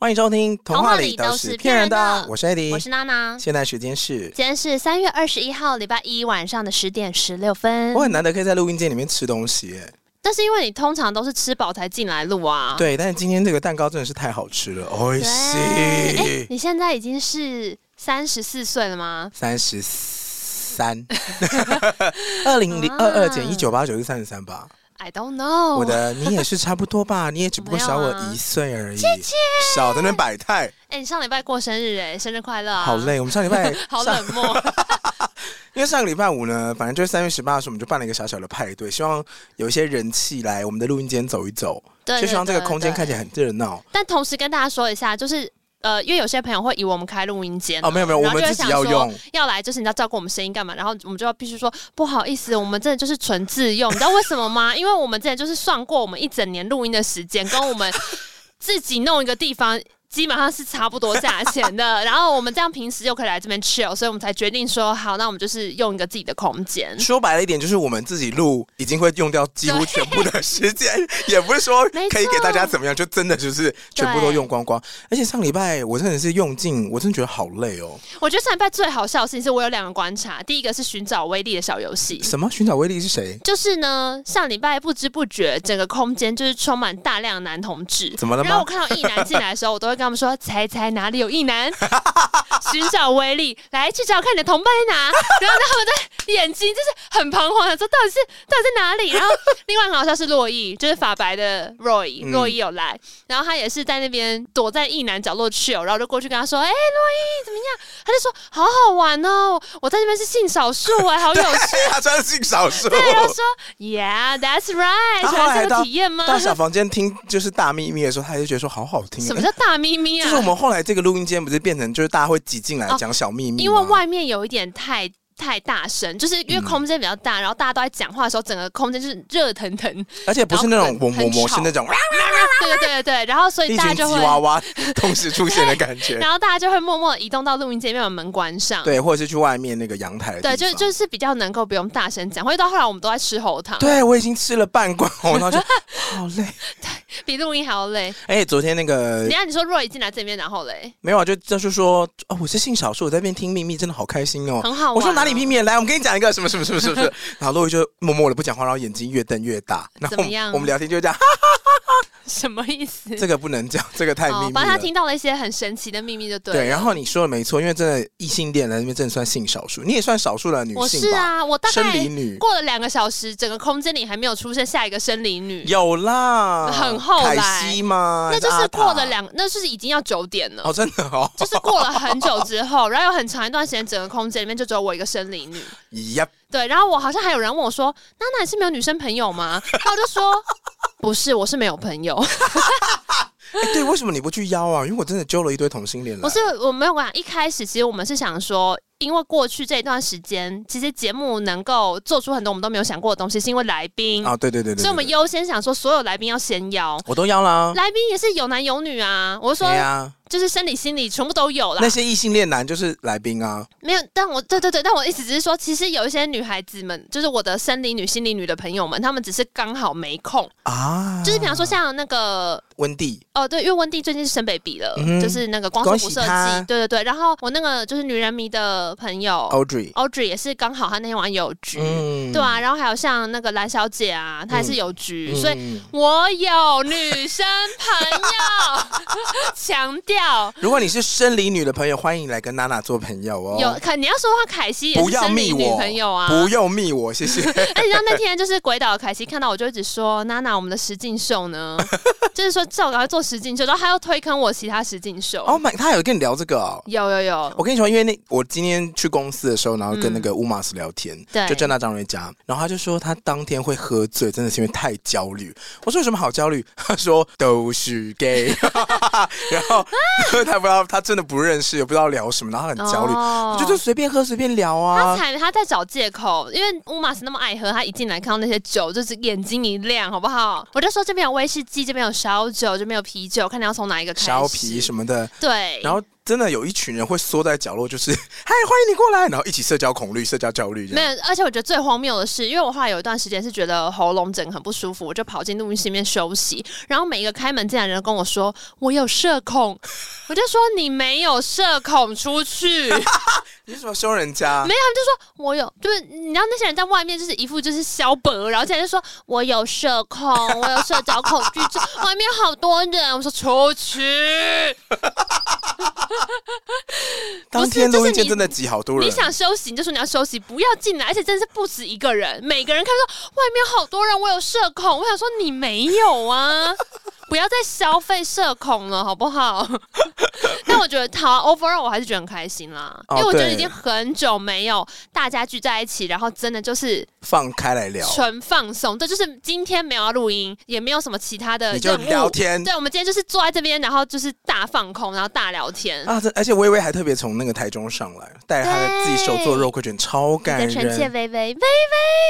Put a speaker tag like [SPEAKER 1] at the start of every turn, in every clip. [SPEAKER 1] 欢迎收听《
[SPEAKER 2] 童话里都是骗人的
[SPEAKER 1] 我是艾迪，
[SPEAKER 2] 我是娜娜。
[SPEAKER 1] 现在时间是，
[SPEAKER 2] 今天是三月二十一号，礼拜一晚上的十点十六分
[SPEAKER 1] 我。很难得可以在录音间里面吃东西耶，
[SPEAKER 2] 但是因为你通常都是吃饱才进来录啊。
[SPEAKER 1] 对，但是今天这个蛋糕真的是太好吃了，哦
[SPEAKER 2] 对，哎
[SPEAKER 1] 西
[SPEAKER 2] 你现在已经是三十四岁了吗？
[SPEAKER 1] 三十 三，二零零二二减一九八九是三十三吧？
[SPEAKER 2] I don't know。
[SPEAKER 1] 我的你也是差不多 吧，你也只不过
[SPEAKER 2] 哦没有
[SPEAKER 1] 小我
[SPEAKER 2] 啊
[SPEAKER 1] 一岁而已，少在那边摆态，
[SPEAKER 2] 哎、你上礼拜过生日哎、生日快乐、啊！
[SPEAKER 1] 好，累。我们上礼 拜
[SPEAKER 2] 好冷漠。
[SPEAKER 1] 因为上个礼拜五呢，反正就是三月十八的时候，我们就办了一个小小的派对，希望有一些人气来我们的录音间走一走，
[SPEAKER 2] 对，
[SPEAKER 1] 就希望这个
[SPEAKER 2] 对
[SPEAKER 1] 空间
[SPEAKER 2] 对
[SPEAKER 1] 看起来很热闹。
[SPEAKER 2] 但同时跟大家说一下，就是呃，因为有些朋友会以为我们开录音间
[SPEAKER 1] 哦，没有没有，我
[SPEAKER 2] 然后
[SPEAKER 1] 们
[SPEAKER 2] 就会
[SPEAKER 1] 自己
[SPEAKER 2] 想
[SPEAKER 1] 要
[SPEAKER 2] 说
[SPEAKER 1] 用，
[SPEAKER 2] 要来，就是你知道照顾我们声音干嘛？然后我们就要必须说不好意思，我们真的就是纯自用，你知道为什么吗？因为我们之前就是算过我们一整年录音的时间，跟我们自己弄一个地方。基本上是差不多价钱的，然后我们这样平时又可以来这边 chill，所以我们才决定说好，那我们就是用一个自己的空间，
[SPEAKER 1] 嗯说白了一点，就是我们自己录已经会用掉几乎全部的时间， 也不是说
[SPEAKER 2] 没错
[SPEAKER 1] 可以给大家怎么样，就真的就是全部都用光光。而且上礼拜我真的是用尽，我真的觉得好累哦。
[SPEAKER 2] 我觉得上礼拜最好笑的事情是我有两个观察，第一个是寻找威力的小游戏。
[SPEAKER 1] 什么寻找威力是谁？
[SPEAKER 2] 就是呢，上礼拜不知不觉，整个空间就是充满大量男同志。
[SPEAKER 1] 怎么了吗
[SPEAKER 2] 然后我看到异男进来的时候，我都会跟他们说：“猜猜哪里有异男， 寻找威力，来去找看你的同伴 在哪。”然后他们的眼睛就是很彷徨，想说到底是到底在哪里？然后另外很好笑是洛伊，就是法白的 Roy，
[SPEAKER 1] 嗯
[SPEAKER 2] 洛伊有来，然后他也是在那边躲在异男角落去哦，然后我就过去跟他说：“哎、他就说好好玩哦，我在这边是性少数哎、好有趣。
[SPEAKER 1] 他穿性少数。
[SPEAKER 2] 对，他说 Yeah, that's right，
[SPEAKER 1] 他
[SPEAKER 2] 喜
[SPEAKER 1] 后来
[SPEAKER 2] 欢这
[SPEAKER 1] 到
[SPEAKER 2] 个体验吗？
[SPEAKER 1] 到小房间听就是大秘密的时候，他就觉得说好好听哦。
[SPEAKER 2] 什么叫大咪咪
[SPEAKER 1] 哎
[SPEAKER 2] 啊？
[SPEAKER 1] 就是我们后来这个录音间不是变成就是大家会挤进来
[SPEAKER 2] 哦
[SPEAKER 1] 讲小秘密吗、
[SPEAKER 2] 因为外面有一点太。太大声，就是
[SPEAKER 1] 嗯
[SPEAKER 2] 因为空间比较大，然后大家都在讲话的时候，整个空间就是热 腾腾。
[SPEAKER 1] 而且不是那种
[SPEAKER 2] 然后
[SPEAKER 1] 我
[SPEAKER 2] 很
[SPEAKER 1] 我我
[SPEAKER 2] 很吵
[SPEAKER 1] 是那 种哇
[SPEAKER 2] 对对对对对，然后所以
[SPEAKER 1] 一
[SPEAKER 2] 大家
[SPEAKER 1] 群吉
[SPEAKER 2] 就会，
[SPEAKER 1] 娃娃 同时出现的感觉。
[SPEAKER 2] 然后大家就会默默地移动到录音间，把门关上。
[SPEAKER 1] 对，或者是去外面那个阳台的地
[SPEAKER 2] 对，
[SPEAKER 1] 方。
[SPEAKER 2] 就就是比较能够不用大声讲，或者到后来我们都在吃喉糖，
[SPEAKER 1] 对，我已经吃了半罐 红 糖，然后就好累。
[SPEAKER 2] 比录音还要累。
[SPEAKER 1] 而且昨天那个
[SPEAKER 2] 等一下你说若雨进来这边，然后嘞，
[SPEAKER 1] 没有啊，就就是说哦，我是性少数，我在那边听秘密，真的好开心哦。
[SPEAKER 2] 很好玩啊
[SPEAKER 1] 我说哪里秘密？来，我们跟你讲一个什么什么什么什么 什么。然后洛伊就默默的不讲话，然后眼睛越瞪越大。然后
[SPEAKER 2] 怎么样
[SPEAKER 1] 我们聊天 就这样，哈
[SPEAKER 2] 什么意思？
[SPEAKER 1] 这个不能讲，这个太秘
[SPEAKER 2] 哦
[SPEAKER 1] 密，
[SPEAKER 2] 反正他
[SPEAKER 1] 了。
[SPEAKER 2] 听到了一些很神奇的秘密，就对了。
[SPEAKER 1] 对，然后你说的没错，因为真的异性恋来那边真的算性少数，你也算少数的女
[SPEAKER 2] 我
[SPEAKER 1] 性
[SPEAKER 2] 是
[SPEAKER 1] 吧？
[SPEAKER 2] 啊，我大
[SPEAKER 1] 生
[SPEAKER 2] 概
[SPEAKER 1] 理女
[SPEAKER 2] 过了两个小时，整个空间里还没有出现下一个生理女，
[SPEAKER 1] 有啦，
[SPEAKER 2] 很后来
[SPEAKER 1] 凯西吗？
[SPEAKER 2] 那就
[SPEAKER 1] 还
[SPEAKER 2] 是
[SPEAKER 1] 阿塔
[SPEAKER 2] 过了两，那就是已经要九点了。
[SPEAKER 1] 哦，真的哦，
[SPEAKER 2] 就是过了很久之后，然后有很长一段时间，整个空间里面就只有我一个生理 女。
[SPEAKER 1] 呀，
[SPEAKER 2] 对，然后我好像还有人问我说：“娜娜，你是没有女生朋友吗？” 然后我就说：“不是，我是没有朋 友，
[SPEAKER 1] 哎，对，为什么你不去邀啊？因为我真的揪了一堆同性恋来。
[SPEAKER 2] 不是 我没有管。”一开始其实我们是想说，因为过去这一段时间，其实节目能够做出很多我们都没有想过的东西，是因为来宾，
[SPEAKER 1] 啊，对对对对对，哦
[SPEAKER 2] 所以我们
[SPEAKER 1] 对
[SPEAKER 2] 优先想说，所有来宾要先邀。
[SPEAKER 1] 我都邀啦。
[SPEAKER 2] 来宾也是有男有女啊，我是说
[SPEAKER 1] 对啊，
[SPEAKER 2] 就是生理心理全部都有啦
[SPEAKER 1] 那，些异性恋男就是来宾啊，
[SPEAKER 2] 没有，但我对对对，但我意思只是说，其实有一些女孩子们，就是我的生理女、心理女的朋友们，她们只是刚好没空，
[SPEAKER 1] 啊，
[SPEAKER 2] 就是比方说像那个。
[SPEAKER 1] 温蒂，
[SPEAKER 2] 哦，对，因为温蒂最近是生 baby 了，
[SPEAKER 1] 嗯哼
[SPEAKER 2] 就是那个光
[SPEAKER 1] 恭
[SPEAKER 2] 束
[SPEAKER 1] 喜
[SPEAKER 2] 辐射
[SPEAKER 1] 她
[SPEAKER 2] 剂，对对对。然后我那个就是女人迷的朋友、
[SPEAKER 1] Audrey，
[SPEAKER 2] Audrey 也是刚好她那天晚上有局，
[SPEAKER 1] 嗯
[SPEAKER 2] 哦对啊。然后还有像那个蓝小姐啊，她也是有局，所以
[SPEAKER 1] 以
[SPEAKER 2] 我有女生朋友， 强调
[SPEAKER 1] 如果你是生理女的朋友，欢迎来跟娜娜做朋友哦。
[SPEAKER 2] 有。可你要说话，凯西也
[SPEAKER 1] 不
[SPEAKER 2] 是
[SPEAKER 1] 要
[SPEAKER 2] 生
[SPEAKER 1] 密
[SPEAKER 2] 理女
[SPEAKER 1] 我，
[SPEAKER 2] 朋友啊。
[SPEAKER 1] 不用密我，谢谢。
[SPEAKER 2] 而且像那天就是鬼岛的凯西看到我，就一直说娜娜，我们的实境秀呢， 就是说叫我赶快做实境秀，然后他又推坑我其他实境秀。
[SPEAKER 1] 哦，my，他有跟你聊这个哦。
[SPEAKER 2] 有有
[SPEAKER 1] 我
[SPEAKER 2] 有，
[SPEAKER 1] 跟你说，因为那我今天去公司的时候，然后跟
[SPEAKER 2] 嗯
[SPEAKER 1] 那个乌马斯聊天，
[SPEAKER 2] 对
[SPEAKER 1] 就站到张瑞佳，然后他就说他当天会喝醉，真的是因为太焦虑。我说有什么好焦虑？ 他说都是 gay，然后
[SPEAKER 2] 啊
[SPEAKER 1] 他不知道他真的不认识，也不知道聊什么，然后他很焦虑，
[SPEAKER 2] 哦
[SPEAKER 1] 我就就随便喝随便聊
[SPEAKER 2] 他
[SPEAKER 1] 啊。
[SPEAKER 2] 才他在找借口，因为乌马斯那么爱喝，他一进来看到那些酒，就是眼睛一亮，好不好？我就说这边有威士忌，这边有烧酒，这边有啤酒，看你要从哪一个开始。
[SPEAKER 1] 削皮什么的，
[SPEAKER 2] 对，
[SPEAKER 1] 然后真的有一群人会缩在角落，就是 嗨欢迎你过来，然后一起社交恐虑、社交焦虑这
[SPEAKER 2] 没
[SPEAKER 1] 样。
[SPEAKER 2] 有，而且我觉得最荒谬的是，因为我后来有一段时间是觉得喉咙整个很不舒服，我就跑进录音室里面休息。然后每一个开门进来的人跟我说我有社恐， 我就说你没有社恐，出去。
[SPEAKER 1] 你为什么凶人家？
[SPEAKER 2] 没有，他们就说我有，就是你知道那些人在外面就是一副就是消薄，然后现在就说我有社恐，我有社交恐惧症，外面好多人，我说出去，
[SPEAKER 1] 当
[SPEAKER 2] 不是
[SPEAKER 1] 天
[SPEAKER 2] 就
[SPEAKER 1] 录
[SPEAKER 2] 是
[SPEAKER 1] 音间
[SPEAKER 2] 你
[SPEAKER 1] 真的挤好多人。
[SPEAKER 2] 你想休息你就说你要休息，不要进来，而且真的是不止一个人，每个人看说外面好多人，我有社恐，我想说你没有啊。不要再消费社恐了，好不好？ 但我觉得，好啊 overall 我还是觉得很开心啦，
[SPEAKER 1] 哦
[SPEAKER 2] 因为我觉得
[SPEAKER 1] 对
[SPEAKER 2] 已经很久没有大家聚在一起，然后真的就是
[SPEAKER 1] 放开来聊，
[SPEAKER 2] 纯放松，这就是今天没有要录音，也没有什么其他的
[SPEAKER 1] 你就
[SPEAKER 2] 任务
[SPEAKER 1] 聊天
[SPEAKER 2] 对，我们今天就是坐在这边，然后就是大放空，然后大聊天。
[SPEAKER 1] 啊！这而且微微还特别从那个台中上来，带着她的自己手做肉桂卷，超
[SPEAKER 2] 你
[SPEAKER 1] 感
[SPEAKER 2] 的臣妾
[SPEAKER 1] 人。
[SPEAKER 2] 微微，微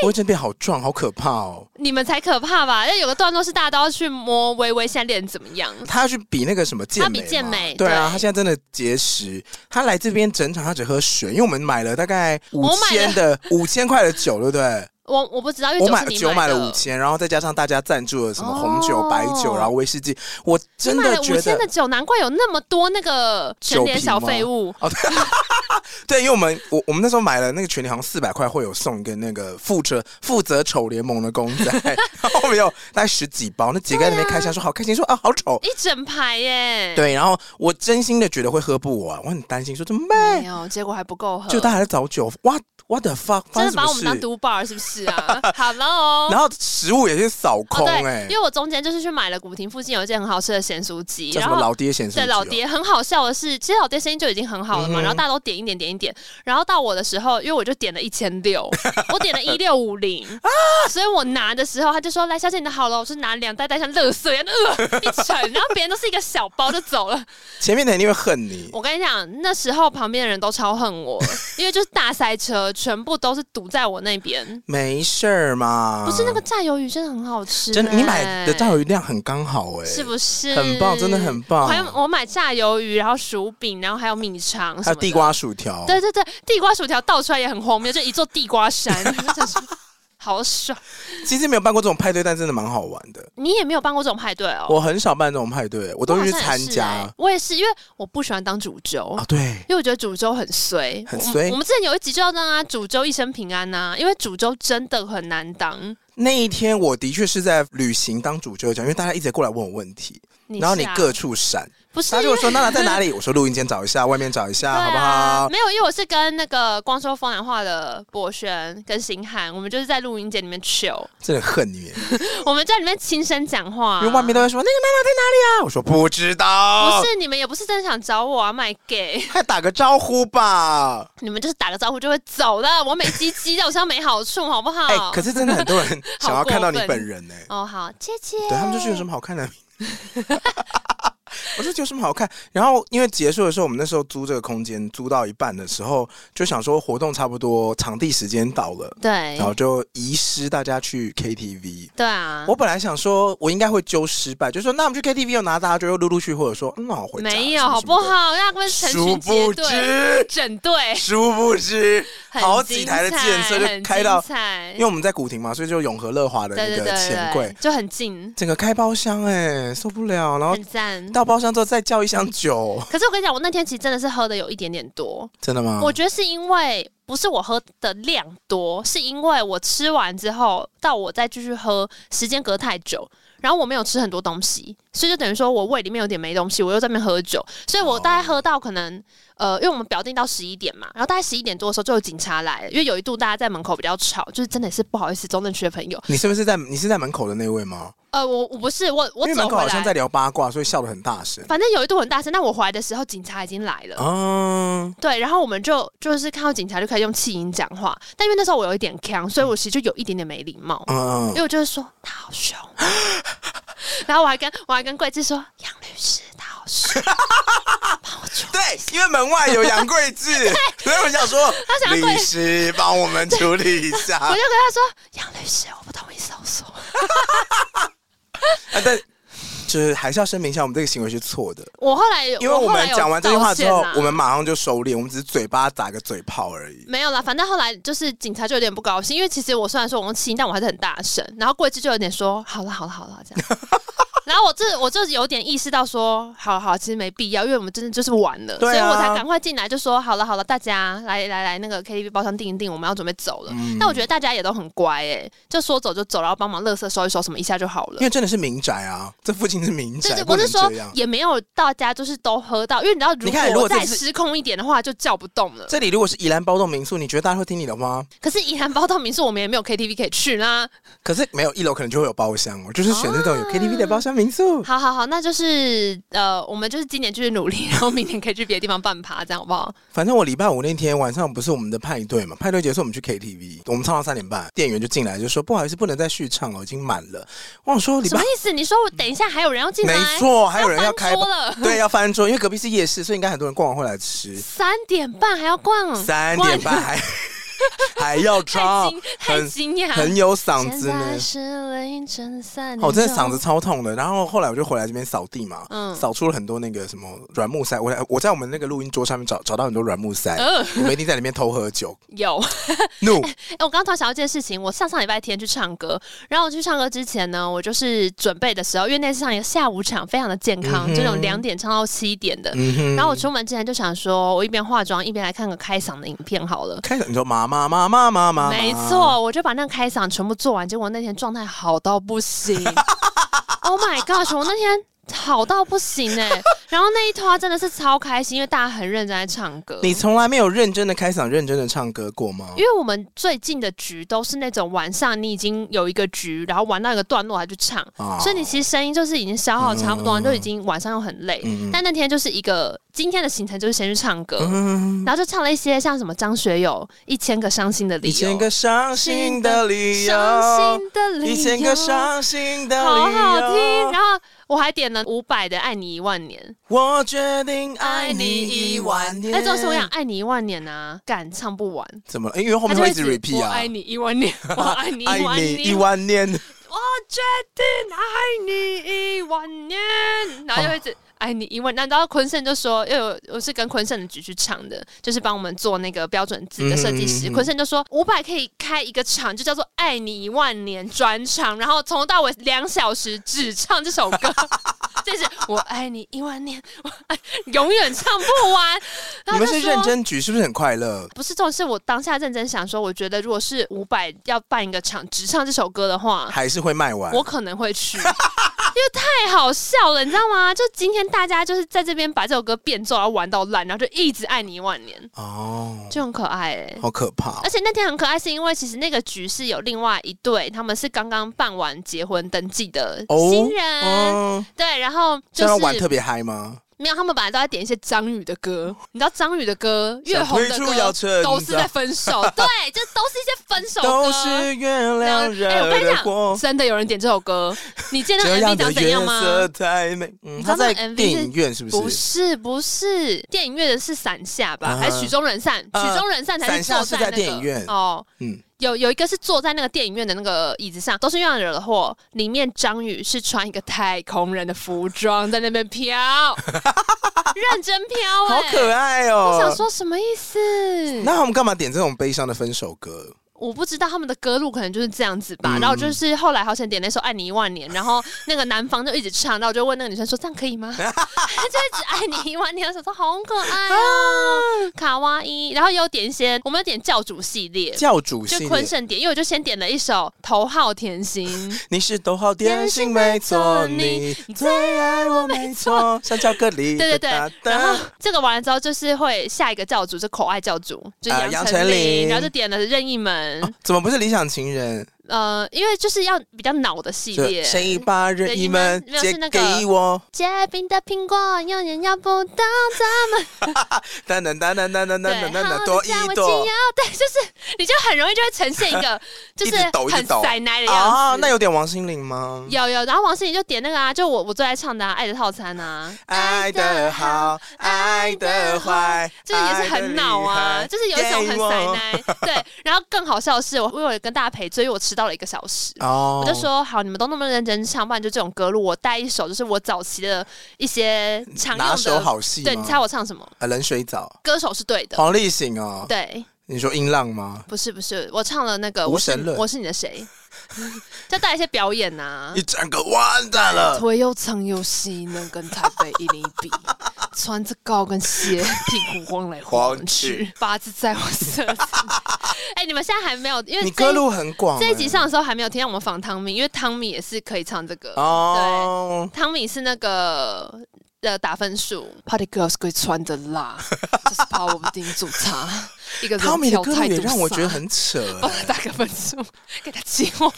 [SPEAKER 1] 我真的变好壮，好可怕哦！
[SPEAKER 2] 你们才可怕吧？要有个段落是大家都要去摸微微现在练怎么样？
[SPEAKER 1] 她要去比那个什么健
[SPEAKER 2] 她
[SPEAKER 1] 美
[SPEAKER 2] 比
[SPEAKER 1] 嘛，
[SPEAKER 2] 健美
[SPEAKER 1] 对啊，
[SPEAKER 2] 对
[SPEAKER 1] 她现在真的节食。她来这边整场，她只喝水，因为我们买了大概五
[SPEAKER 2] 我买了
[SPEAKER 1] 千的五千块的酒，对不对？
[SPEAKER 2] 我我不知道，因为
[SPEAKER 1] 我
[SPEAKER 2] 酒是
[SPEAKER 1] 买
[SPEAKER 2] 你
[SPEAKER 1] 酒买
[SPEAKER 2] 的
[SPEAKER 1] 了五，千，然后再加上大家赞助了什么红酒、
[SPEAKER 2] 哦
[SPEAKER 1] 白酒，然后威士忌，我真
[SPEAKER 2] 你买
[SPEAKER 1] 的
[SPEAKER 2] 了
[SPEAKER 1] 觉
[SPEAKER 2] 五千
[SPEAKER 1] 得
[SPEAKER 2] 的酒，难怪有那么多那个全
[SPEAKER 1] 酒
[SPEAKER 2] 脸
[SPEAKER 1] 瓶
[SPEAKER 2] 小
[SPEAKER 1] 吗
[SPEAKER 2] 废物。
[SPEAKER 1] 哦，对 对，因为我们我我们那时候买了那个全联好像四百块会有送一个那个负责负责丑联盟的公仔， 然后我们有大概十几包，那几个在那边开箱说好开心，说啊好丑，
[SPEAKER 2] 一整排 耶，
[SPEAKER 1] 对，然后我真心的觉得会喝不完，我很担心说怎么办
[SPEAKER 2] 没？有，哎结果还不够喝，
[SPEAKER 1] 就大家还在找酒，what what the fuck，发生
[SPEAKER 2] 真的
[SPEAKER 1] 什
[SPEAKER 2] 嗯把
[SPEAKER 1] 么
[SPEAKER 2] 我们当
[SPEAKER 1] 事？
[SPEAKER 2] 毒宝是不是 啊？Hello，
[SPEAKER 1] 然后食物也是扫
[SPEAKER 2] 哦，
[SPEAKER 1] 空
[SPEAKER 2] 对，
[SPEAKER 1] 哎、
[SPEAKER 2] 因为我中间就是去买了古亭附近有一间很好吃的咸酥鸡，
[SPEAKER 1] 叫
[SPEAKER 2] 然
[SPEAKER 1] 什么
[SPEAKER 2] 后。
[SPEAKER 1] 老爹咸酥鸡
[SPEAKER 2] 对
[SPEAKER 1] 哦？
[SPEAKER 2] 老爹很好笑的是，其实老爹声音就已经很好了嘛，
[SPEAKER 1] 嗯哼
[SPEAKER 2] 然后大家都点一点点一点，然后到我的时候，因为我就点了一 千六，我点了一六五零，
[SPEAKER 1] 啊
[SPEAKER 2] 所以我拿的时候他就说：“来，小姐你的好了。”我是拿两袋袋像垃圾一样 呃一沉，然后别人都是一个小包就走了。
[SPEAKER 1] 前面的人一定会恨你，
[SPEAKER 2] 我跟你讲，那时候旁边的人都超恨我，因为就是大塞车，全部都是堵在我那边。
[SPEAKER 1] 没事儿嘛，
[SPEAKER 2] 不是那个炸鱿鱼真的很好吃、
[SPEAKER 1] 真的，你买
[SPEAKER 2] 欸
[SPEAKER 1] 的炸鱼量很刚好哎、
[SPEAKER 2] 是不是？
[SPEAKER 1] 很棒，真的很
[SPEAKER 2] 我
[SPEAKER 1] 棒。
[SPEAKER 2] 还有我买炸鱿鱼，然后薯饼，然后还有米肠，
[SPEAKER 1] 还有地。瓜薯条，
[SPEAKER 2] 对对对，地瓜薯条倒出来也很荒谬，就一座地 瓜山，我想说好爽。
[SPEAKER 1] 其实没有办过这种派对，但真的蛮好玩的。
[SPEAKER 2] 你也没有办过这种派对哦？
[SPEAKER 1] 我很少办这种派对，我都
[SPEAKER 2] 我好
[SPEAKER 1] 去
[SPEAKER 2] 像也
[SPEAKER 1] 参
[SPEAKER 2] 是哦
[SPEAKER 1] 加
[SPEAKER 2] 欸我也是，因为我不喜欢当主揪。
[SPEAKER 1] 啊。对，
[SPEAKER 2] 因为我觉得煮粥很衰，
[SPEAKER 1] 很
[SPEAKER 2] 我们
[SPEAKER 1] 衰
[SPEAKER 2] 我们之前有一集就要让他煮粥一生平安呐、因为煮粥真的很难当。
[SPEAKER 1] 那一天我的确是在旅行当主角讲，因为大家一直在过来问我问题，
[SPEAKER 2] 你
[SPEAKER 1] 然后你
[SPEAKER 2] 是啊
[SPEAKER 1] 各处闪，
[SPEAKER 2] 不是
[SPEAKER 1] 他就
[SPEAKER 2] 因为
[SPEAKER 1] 说娜娜在哪里？我说录音间找一下，外面找一
[SPEAKER 2] 对
[SPEAKER 1] 下，好不
[SPEAKER 2] 啊，
[SPEAKER 1] 好？
[SPEAKER 2] 没有，因为我是跟那个光说风凉话的博轩跟星汉，我们就是在录音间里面 chill，
[SPEAKER 1] 真的恨你耶，
[SPEAKER 2] 我们在里面轻声讲话、啊
[SPEAKER 1] 因为外面都在说那个娜娜在哪里啊？我说不知道，
[SPEAKER 2] 不是你们也不是真的想找我啊，卖 gay，
[SPEAKER 1] 快打个招呼吧。
[SPEAKER 2] 你们就是打个招呼就会走了，我没鸡鸡的，我身上没好处，好不好？
[SPEAKER 1] 哎、可是真的很 多人想要看到你
[SPEAKER 2] 过分
[SPEAKER 1] 本人呢、
[SPEAKER 2] 哦好，姐姐，
[SPEAKER 1] 对他们就是有什么好看的？ 我说有什么好看？然后因为结束的时候，我们那时候租这个空间，租到一半的时候，就想说活动差不多，场地时间到了，
[SPEAKER 2] 对
[SPEAKER 1] 然后就遗失大家去 KTV。
[SPEAKER 2] 对啊，
[SPEAKER 1] 我本来想说，我应该会揪失败，就说那我们去 KTV 又拿大家就又陆陆续续，或者说嗯那我回家
[SPEAKER 2] 没有
[SPEAKER 1] 什么
[SPEAKER 2] 好
[SPEAKER 1] 什
[SPEAKER 2] 不
[SPEAKER 1] 么的？
[SPEAKER 2] 好？让他们成
[SPEAKER 1] 殊
[SPEAKER 2] 群
[SPEAKER 1] 不
[SPEAKER 2] 结队。
[SPEAKER 1] 知，
[SPEAKER 2] 整队，
[SPEAKER 1] 殊不知，
[SPEAKER 2] 很
[SPEAKER 1] 好
[SPEAKER 2] 精
[SPEAKER 1] 几台的
[SPEAKER 2] 彩
[SPEAKER 1] 计程车就
[SPEAKER 2] 很
[SPEAKER 1] 开到
[SPEAKER 2] 精彩
[SPEAKER 1] 因为我们在古亭嘛，所以就永和乐华的
[SPEAKER 2] 对
[SPEAKER 1] 那
[SPEAKER 2] 对
[SPEAKER 1] 个
[SPEAKER 2] 对
[SPEAKER 1] 钱
[SPEAKER 2] 对
[SPEAKER 1] 柜
[SPEAKER 2] 对，，就很近，
[SPEAKER 1] 整个开包厢哎、受不了。然后
[SPEAKER 2] 很嗯赞。
[SPEAKER 1] 到包厢之后再叫一箱酒，
[SPEAKER 2] 可是我跟你讲，我那天其实真的是喝的有一点点多，
[SPEAKER 1] 真的吗？
[SPEAKER 2] 我觉得是因为不是我喝的量多，是因为我吃完之后到我再继续喝，时间隔太久。然后我没有吃很多东西，所以就等于说我胃里面有点没东西，我又在那边喝酒，所以我大概喝到可能、
[SPEAKER 1] 哦
[SPEAKER 2] 呃，因为我们表定到十一点嘛，然后大概十一点多的时候就有警察来了，因为有一度大家在门口比较吵，就是真的是不好意思中正区的朋友，
[SPEAKER 1] 你是不是在你是在门口的那位吗？
[SPEAKER 2] 呃，我我不是我
[SPEAKER 1] 因
[SPEAKER 2] 我
[SPEAKER 1] 为
[SPEAKER 2] 走
[SPEAKER 1] 门口
[SPEAKER 2] 回
[SPEAKER 1] 好像
[SPEAKER 2] 来，
[SPEAKER 1] 在聊八卦，所以笑得很大声。
[SPEAKER 2] 反正有一度很大声，但我回来的时候警察已经来了。
[SPEAKER 1] 嗯，
[SPEAKER 2] 对，然后我们就就是看到警察就开始用气音讲话，但因为那时候我有一点呛，所以我其实就有一点点没礼貌，
[SPEAKER 1] 嗯
[SPEAKER 2] 因，为我就是说他好凶， 然后我还跟我还跟桂枝说杨律师他好凶，帮我处理。
[SPEAKER 1] 对，因为门外有杨贵 志，所以我想说，
[SPEAKER 2] 想要
[SPEAKER 1] 律
[SPEAKER 2] 跪
[SPEAKER 1] 师帮我们处理一 下。
[SPEAKER 2] 我
[SPEAKER 1] 啊
[SPEAKER 2] 就跟他说杨律师我不同意搜索，
[SPEAKER 1] 啊但就是还是要声明一下，我们这个行为是错的。
[SPEAKER 2] 我后来有
[SPEAKER 1] 因为我
[SPEAKER 2] 后来
[SPEAKER 1] 们
[SPEAKER 2] 有
[SPEAKER 1] 讲完这句话之
[SPEAKER 2] 道
[SPEAKER 1] 后
[SPEAKER 2] 歉啊，
[SPEAKER 1] 我们马上就收敛，我们只是嘴巴打个嘴炮而已。
[SPEAKER 2] 没有啦，反正后来就是警察就有点不高兴，因为其实我虽然说我用气音，但我还是很大声。然后桂枝就有点说：“好了，好了，好了，这样。”然后我这我就有点意识到说：“好好，其实没必要，因为我们真的就是完了，
[SPEAKER 1] 对啊
[SPEAKER 2] 所以我才赶快进来就说：好了，好了，大家来来来，那个 KTV 包厢订一订，我们要准备走了。
[SPEAKER 1] 嗯
[SPEAKER 2] 但我觉得大家也都很乖诶、就说走就走，然后帮忙垃圾收一收什么一下就好了
[SPEAKER 1] 因。为真的是民宅啊，这附近是民
[SPEAKER 2] 对
[SPEAKER 1] 宅，
[SPEAKER 2] 对，
[SPEAKER 1] 不
[SPEAKER 2] 我
[SPEAKER 1] 能
[SPEAKER 2] 是说
[SPEAKER 1] 这样。
[SPEAKER 2] 也没有大家就是都喝到，因为你知道，如
[SPEAKER 1] 你看如
[SPEAKER 2] 果
[SPEAKER 1] 果这
[SPEAKER 2] 再
[SPEAKER 1] 是
[SPEAKER 2] 失控一点的话，就叫不动了。
[SPEAKER 1] 这里如果是宜兰包栋民宿，你觉得大家会听你的吗？
[SPEAKER 2] 可是宜兰包到民宿，我们也没有 KTV 可以去啦。
[SPEAKER 1] 可是没有一楼可能就会有包厢哦，就是选这
[SPEAKER 2] 啊
[SPEAKER 1] 种有 KTV 的包厢民宿。
[SPEAKER 2] 好好好，那就是呃，我们就是今年继续努力，然后明年可以去别的地方办趴，这样好不好？
[SPEAKER 1] 反正我礼拜五那天晚上不是我们的派对嘛，派对结束我们去 KTV，我们唱到三点半，店员就进来就说不好意思，不能再续唱了，已经满了。我想说礼
[SPEAKER 2] 什
[SPEAKER 1] 拜
[SPEAKER 2] 么意思？你说我等一下还有人要进来？
[SPEAKER 1] 没错，还有人要开
[SPEAKER 2] 翻桌了，
[SPEAKER 1] 对要翻桌，因为隔壁是夜市，所以应该很多人逛完会来吃。
[SPEAKER 2] 三点半还要逛，
[SPEAKER 1] 三点半还 还要
[SPEAKER 2] 太
[SPEAKER 1] 唱，
[SPEAKER 2] 惊太惊讶，
[SPEAKER 1] 很有嗓子
[SPEAKER 2] 现在
[SPEAKER 1] 呢。
[SPEAKER 2] 是凌晨三点
[SPEAKER 1] 哦，
[SPEAKER 2] 钟
[SPEAKER 1] 我真的嗓子超痛的。然后后来我就回来这边扫地嘛，
[SPEAKER 2] 嗯
[SPEAKER 1] 扫出了很多那个什么软木塞。我在我在我们那个录音桌上面找找到很多软木塞，
[SPEAKER 2] 呃
[SPEAKER 1] 我们一定在里面偷喝酒。
[SPEAKER 2] 有。
[SPEAKER 1] 怒，
[SPEAKER 2] 哎、我刚刚突然想到一件事情，我上上礼拜天去唱歌，然后我去唱歌之前呢，我就是准备的时候，因为那是上一个下午场，非常的健康，
[SPEAKER 1] 嗯哼
[SPEAKER 2] 就那种两点唱到七点的。
[SPEAKER 1] 嗯哼。
[SPEAKER 2] 然后我出门之前就想说，我一边化妆一边来看个开嗓的影片好了。
[SPEAKER 1] 开始你说妈妈妈妈妈妈，
[SPEAKER 2] 没，错，我就把那个开嗓全部做完，结果那天状态好到 不行。oh my god！我那天好到不行哎、 然后那一拖真的是超开心，因为大家很认真在唱歌。
[SPEAKER 1] 你从来没有认真的开嗓、认真的唱歌过吗
[SPEAKER 2] 因？为我们最近的局都是那种晚上你已经有一个局，然后玩到一个段落还去唱，
[SPEAKER 1] 啊
[SPEAKER 2] 所以你其实声音就是已经消耗差不多，
[SPEAKER 1] 嗯
[SPEAKER 2] 都已经晚上又很累。
[SPEAKER 1] 嗯
[SPEAKER 2] 但那天就是一个今天的行程，就是先去唱歌，
[SPEAKER 1] 嗯，
[SPEAKER 2] 然后就唱了一些像什么张学友《一千个伤心的理
[SPEAKER 1] 一
[SPEAKER 2] 由》，
[SPEAKER 1] 千个伤心的理
[SPEAKER 2] 伤
[SPEAKER 1] 由，
[SPEAKER 2] 心的理由，
[SPEAKER 1] 一千个伤心的
[SPEAKER 2] 好
[SPEAKER 1] 理由，
[SPEAKER 2] 好听。然后我还点了伍佰的《爱你一万年》，
[SPEAKER 1] 我决定爱你一万年。
[SPEAKER 2] 那哎这首我想《爱你一万年》啊，敢唱不完，
[SPEAKER 1] 怎么了？因为后面
[SPEAKER 2] 他就
[SPEAKER 1] 会一直
[SPEAKER 2] 一
[SPEAKER 1] repeat
[SPEAKER 2] 我
[SPEAKER 1] 啊
[SPEAKER 2] 爱，你一万年，我爱你一
[SPEAKER 1] 爱
[SPEAKER 2] 万
[SPEAKER 1] 你
[SPEAKER 2] 年
[SPEAKER 1] 一，万年，
[SPEAKER 2] 我决定爱你一万年，然后就一直爱你一万。那然后坤盛就说，因为我我是跟坤盛的局去唱的，就是帮我们做那个标准字的设计师。
[SPEAKER 1] 嗯嗯嗯嗯
[SPEAKER 2] 坤盛就说，伍佰可以开一个场，就叫做《爱你一万年》专场，然后从头到尾两小时只唱这首 歌。就是我爱你一万年，我爱永远唱不完。然
[SPEAKER 1] 你
[SPEAKER 2] 后
[SPEAKER 1] 们
[SPEAKER 2] 就是说
[SPEAKER 1] 认真局是不是很快乐？
[SPEAKER 2] 不是重点，是我当下认真想说，我觉得如果是伍佰要办一个场只唱这首歌的话，
[SPEAKER 1] 还是会卖完？
[SPEAKER 2] 呃我可能会去，因为太好笑了，你知道吗？就今天大家就是在这边把这首歌变奏，然后玩到烂，然后就一直爱你一万年，
[SPEAKER 1] 哦，
[SPEAKER 2] 就很可爱哎、
[SPEAKER 1] 好可怕
[SPEAKER 2] 而！且那天很可爱，是因为其实那个局是有另外一对，他们是刚刚办完结婚登记的
[SPEAKER 1] 哦
[SPEAKER 2] 新人，
[SPEAKER 1] 嗯，
[SPEAKER 2] 对，然后就
[SPEAKER 1] 这样玩特
[SPEAKER 2] 是
[SPEAKER 1] 别嗨吗？
[SPEAKER 2] 没有，他们本来都在点一些张宇的歌，你知道张宇的歌越红的
[SPEAKER 1] 想推出要
[SPEAKER 2] 歌
[SPEAKER 1] 趁
[SPEAKER 2] 都是
[SPEAKER 1] 早
[SPEAKER 2] 在分手，对，就都是一些分手歌，
[SPEAKER 1] 都是月亮
[SPEAKER 2] 哎、我
[SPEAKER 1] 惹
[SPEAKER 2] 跟你
[SPEAKER 1] 的
[SPEAKER 2] 讲，
[SPEAKER 1] 祸，
[SPEAKER 2] 真的有人点这首歌，你见到
[SPEAKER 1] 这
[SPEAKER 2] MV
[SPEAKER 1] 样的
[SPEAKER 2] 长怎
[SPEAKER 1] 月
[SPEAKER 2] 样吗？
[SPEAKER 1] 色太美。嗯，
[SPEAKER 2] 你知
[SPEAKER 1] 他
[SPEAKER 2] 道
[SPEAKER 1] 在
[SPEAKER 2] 那 MV
[SPEAKER 1] 电影院是不
[SPEAKER 2] 不
[SPEAKER 1] 是？
[SPEAKER 2] 是不是，电影院的是伞下吧，
[SPEAKER 1] 啊哈
[SPEAKER 2] 还是曲终人散？
[SPEAKER 1] 啊
[SPEAKER 2] 曲终人散才是
[SPEAKER 1] 伞下
[SPEAKER 2] 坐
[SPEAKER 1] 是
[SPEAKER 2] 那
[SPEAKER 1] 在
[SPEAKER 2] 个
[SPEAKER 1] 电影院
[SPEAKER 2] 哦。
[SPEAKER 1] 嗯，
[SPEAKER 2] 有有一个是坐在那个电影院的那个椅子上，都是月亮惹的祸。里面张宇是穿一个太空人的服装在那 边飘，认真飘、欸，
[SPEAKER 1] 好可爱哦！
[SPEAKER 2] 我想说什么意思？
[SPEAKER 1] 那他们干嘛点这种悲伤的分手歌？
[SPEAKER 2] 我不知道他们的歌路可能就是这样子吧。
[SPEAKER 1] 嗯
[SPEAKER 2] 然后就是后来好想点那首《爱你一万年》，然后那个男方就一直唱，然后我就问那个女生说：“这样可以 吗？”就一直爱你一万年，我想说好可爱 哦，卡哇伊。然后又点一些，我们有点教主系列。
[SPEAKER 1] 教主系
[SPEAKER 2] 就
[SPEAKER 1] 列
[SPEAKER 2] 坤盛点，因为我就先点了一首《头号甜心》，
[SPEAKER 1] 你是头号点心，没错，你最爱我，没错，像巧克力。
[SPEAKER 2] 对对对
[SPEAKER 1] 哒。哒
[SPEAKER 2] 然后这个完了之后，就是会下一个教主是口爱教主，就是
[SPEAKER 1] 啊
[SPEAKER 2] 杨
[SPEAKER 1] 杨
[SPEAKER 2] 丞
[SPEAKER 1] 丞
[SPEAKER 2] 琳，
[SPEAKER 1] 琳哦
[SPEAKER 2] 然后就点了任意门，
[SPEAKER 1] 怎么不是理想情人？
[SPEAKER 2] 呃，因为就是要比较脑的系
[SPEAKER 1] 就
[SPEAKER 2] 列。
[SPEAKER 1] 谁把任意门
[SPEAKER 2] 任意门没有
[SPEAKER 1] 借
[SPEAKER 2] 是那个
[SPEAKER 1] 给我？
[SPEAKER 2] 结冰的苹果永远要不到，
[SPEAKER 1] 等等等等等等
[SPEAKER 2] 对，
[SPEAKER 1] 等等等，
[SPEAKER 2] 好的
[SPEAKER 1] 多
[SPEAKER 2] 家我
[SPEAKER 1] 一
[SPEAKER 2] 紧
[SPEAKER 1] 朵
[SPEAKER 2] 要，对，就是你就很容易就会呈现一 个就
[SPEAKER 1] 一
[SPEAKER 2] 是
[SPEAKER 1] 直抖一直
[SPEAKER 2] 很
[SPEAKER 1] 抖
[SPEAKER 2] 塞奶的样子。
[SPEAKER 1] 啊！那有点王心凌吗？
[SPEAKER 2] 有有，然后王心凌就点那个啊，就我我最爱唱的、啊《爱的套餐》啊，
[SPEAKER 1] 爱的好，爱的坏，
[SPEAKER 2] 这个也是很恼啊，就是有一种很塞
[SPEAKER 1] 塞
[SPEAKER 2] 奶。对，然后更好笑的是，我因为我有跟大家赔罪，因为我迟到了一个小时。
[SPEAKER 1] 哦，
[SPEAKER 2] 我就说好，你们都那么认真唱，不然就这种歌路，我带一首，就是我早期的一些常用
[SPEAKER 1] 拿
[SPEAKER 2] 的。
[SPEAKER 1] 手好戏吗，
[SPEAKER 2] 对，你猜我唱什么？
[SPEAKER 1] 啊，冷水澡，
[SPEAKER 2] 歌手是对的，
[SPEAKER 1] 黄立行哦，
[SPEAKER 2] 对，
[SPEAKER 1] 你说音浪吗？
[SPEAKER 2] 不是不是，我唱了那个
[SPEAKER 1] 无
[SPEAKER 2] 我是
[SPEAKER 1] 神论
[SPEAKER 2] 我是你 的谁，就带一些表演呐、
[SPEAKER 1] 你整个完蛋了，
[SPEAKER 2] 腿又长又细，能跟台北一零比。穿着高跟鞋，屁股晃来
[SPEAKER 1] 晃去，
[SPEAKER 2] 八字在 我身上。哎、你们现在还没有，因为
[SPEAKER 1] 你
[SPEAKER 2] 这
[SPEAKER 1] 歌路很广欸、
[SPEAKER 2] 这一集上的时候还没有听到我们访汤米，因为汤米也是可以唱这个。
[SPEAKER 1] 哦，
[SPEAKER 2] 汤米是那个呃打分数，Party Girls 会穿的辣，就是怕我们顶住 差。一个
[SPEAKER 1] 汤米的歌路也
[SPEAKER 2] 度哦
[SPEAKER 1] 让我觉得
[SPEAKER 2] 傻
[SPEAKER 1] 很扯欸、
[SPEAKER 2] 帮他打个分数， 给他激我。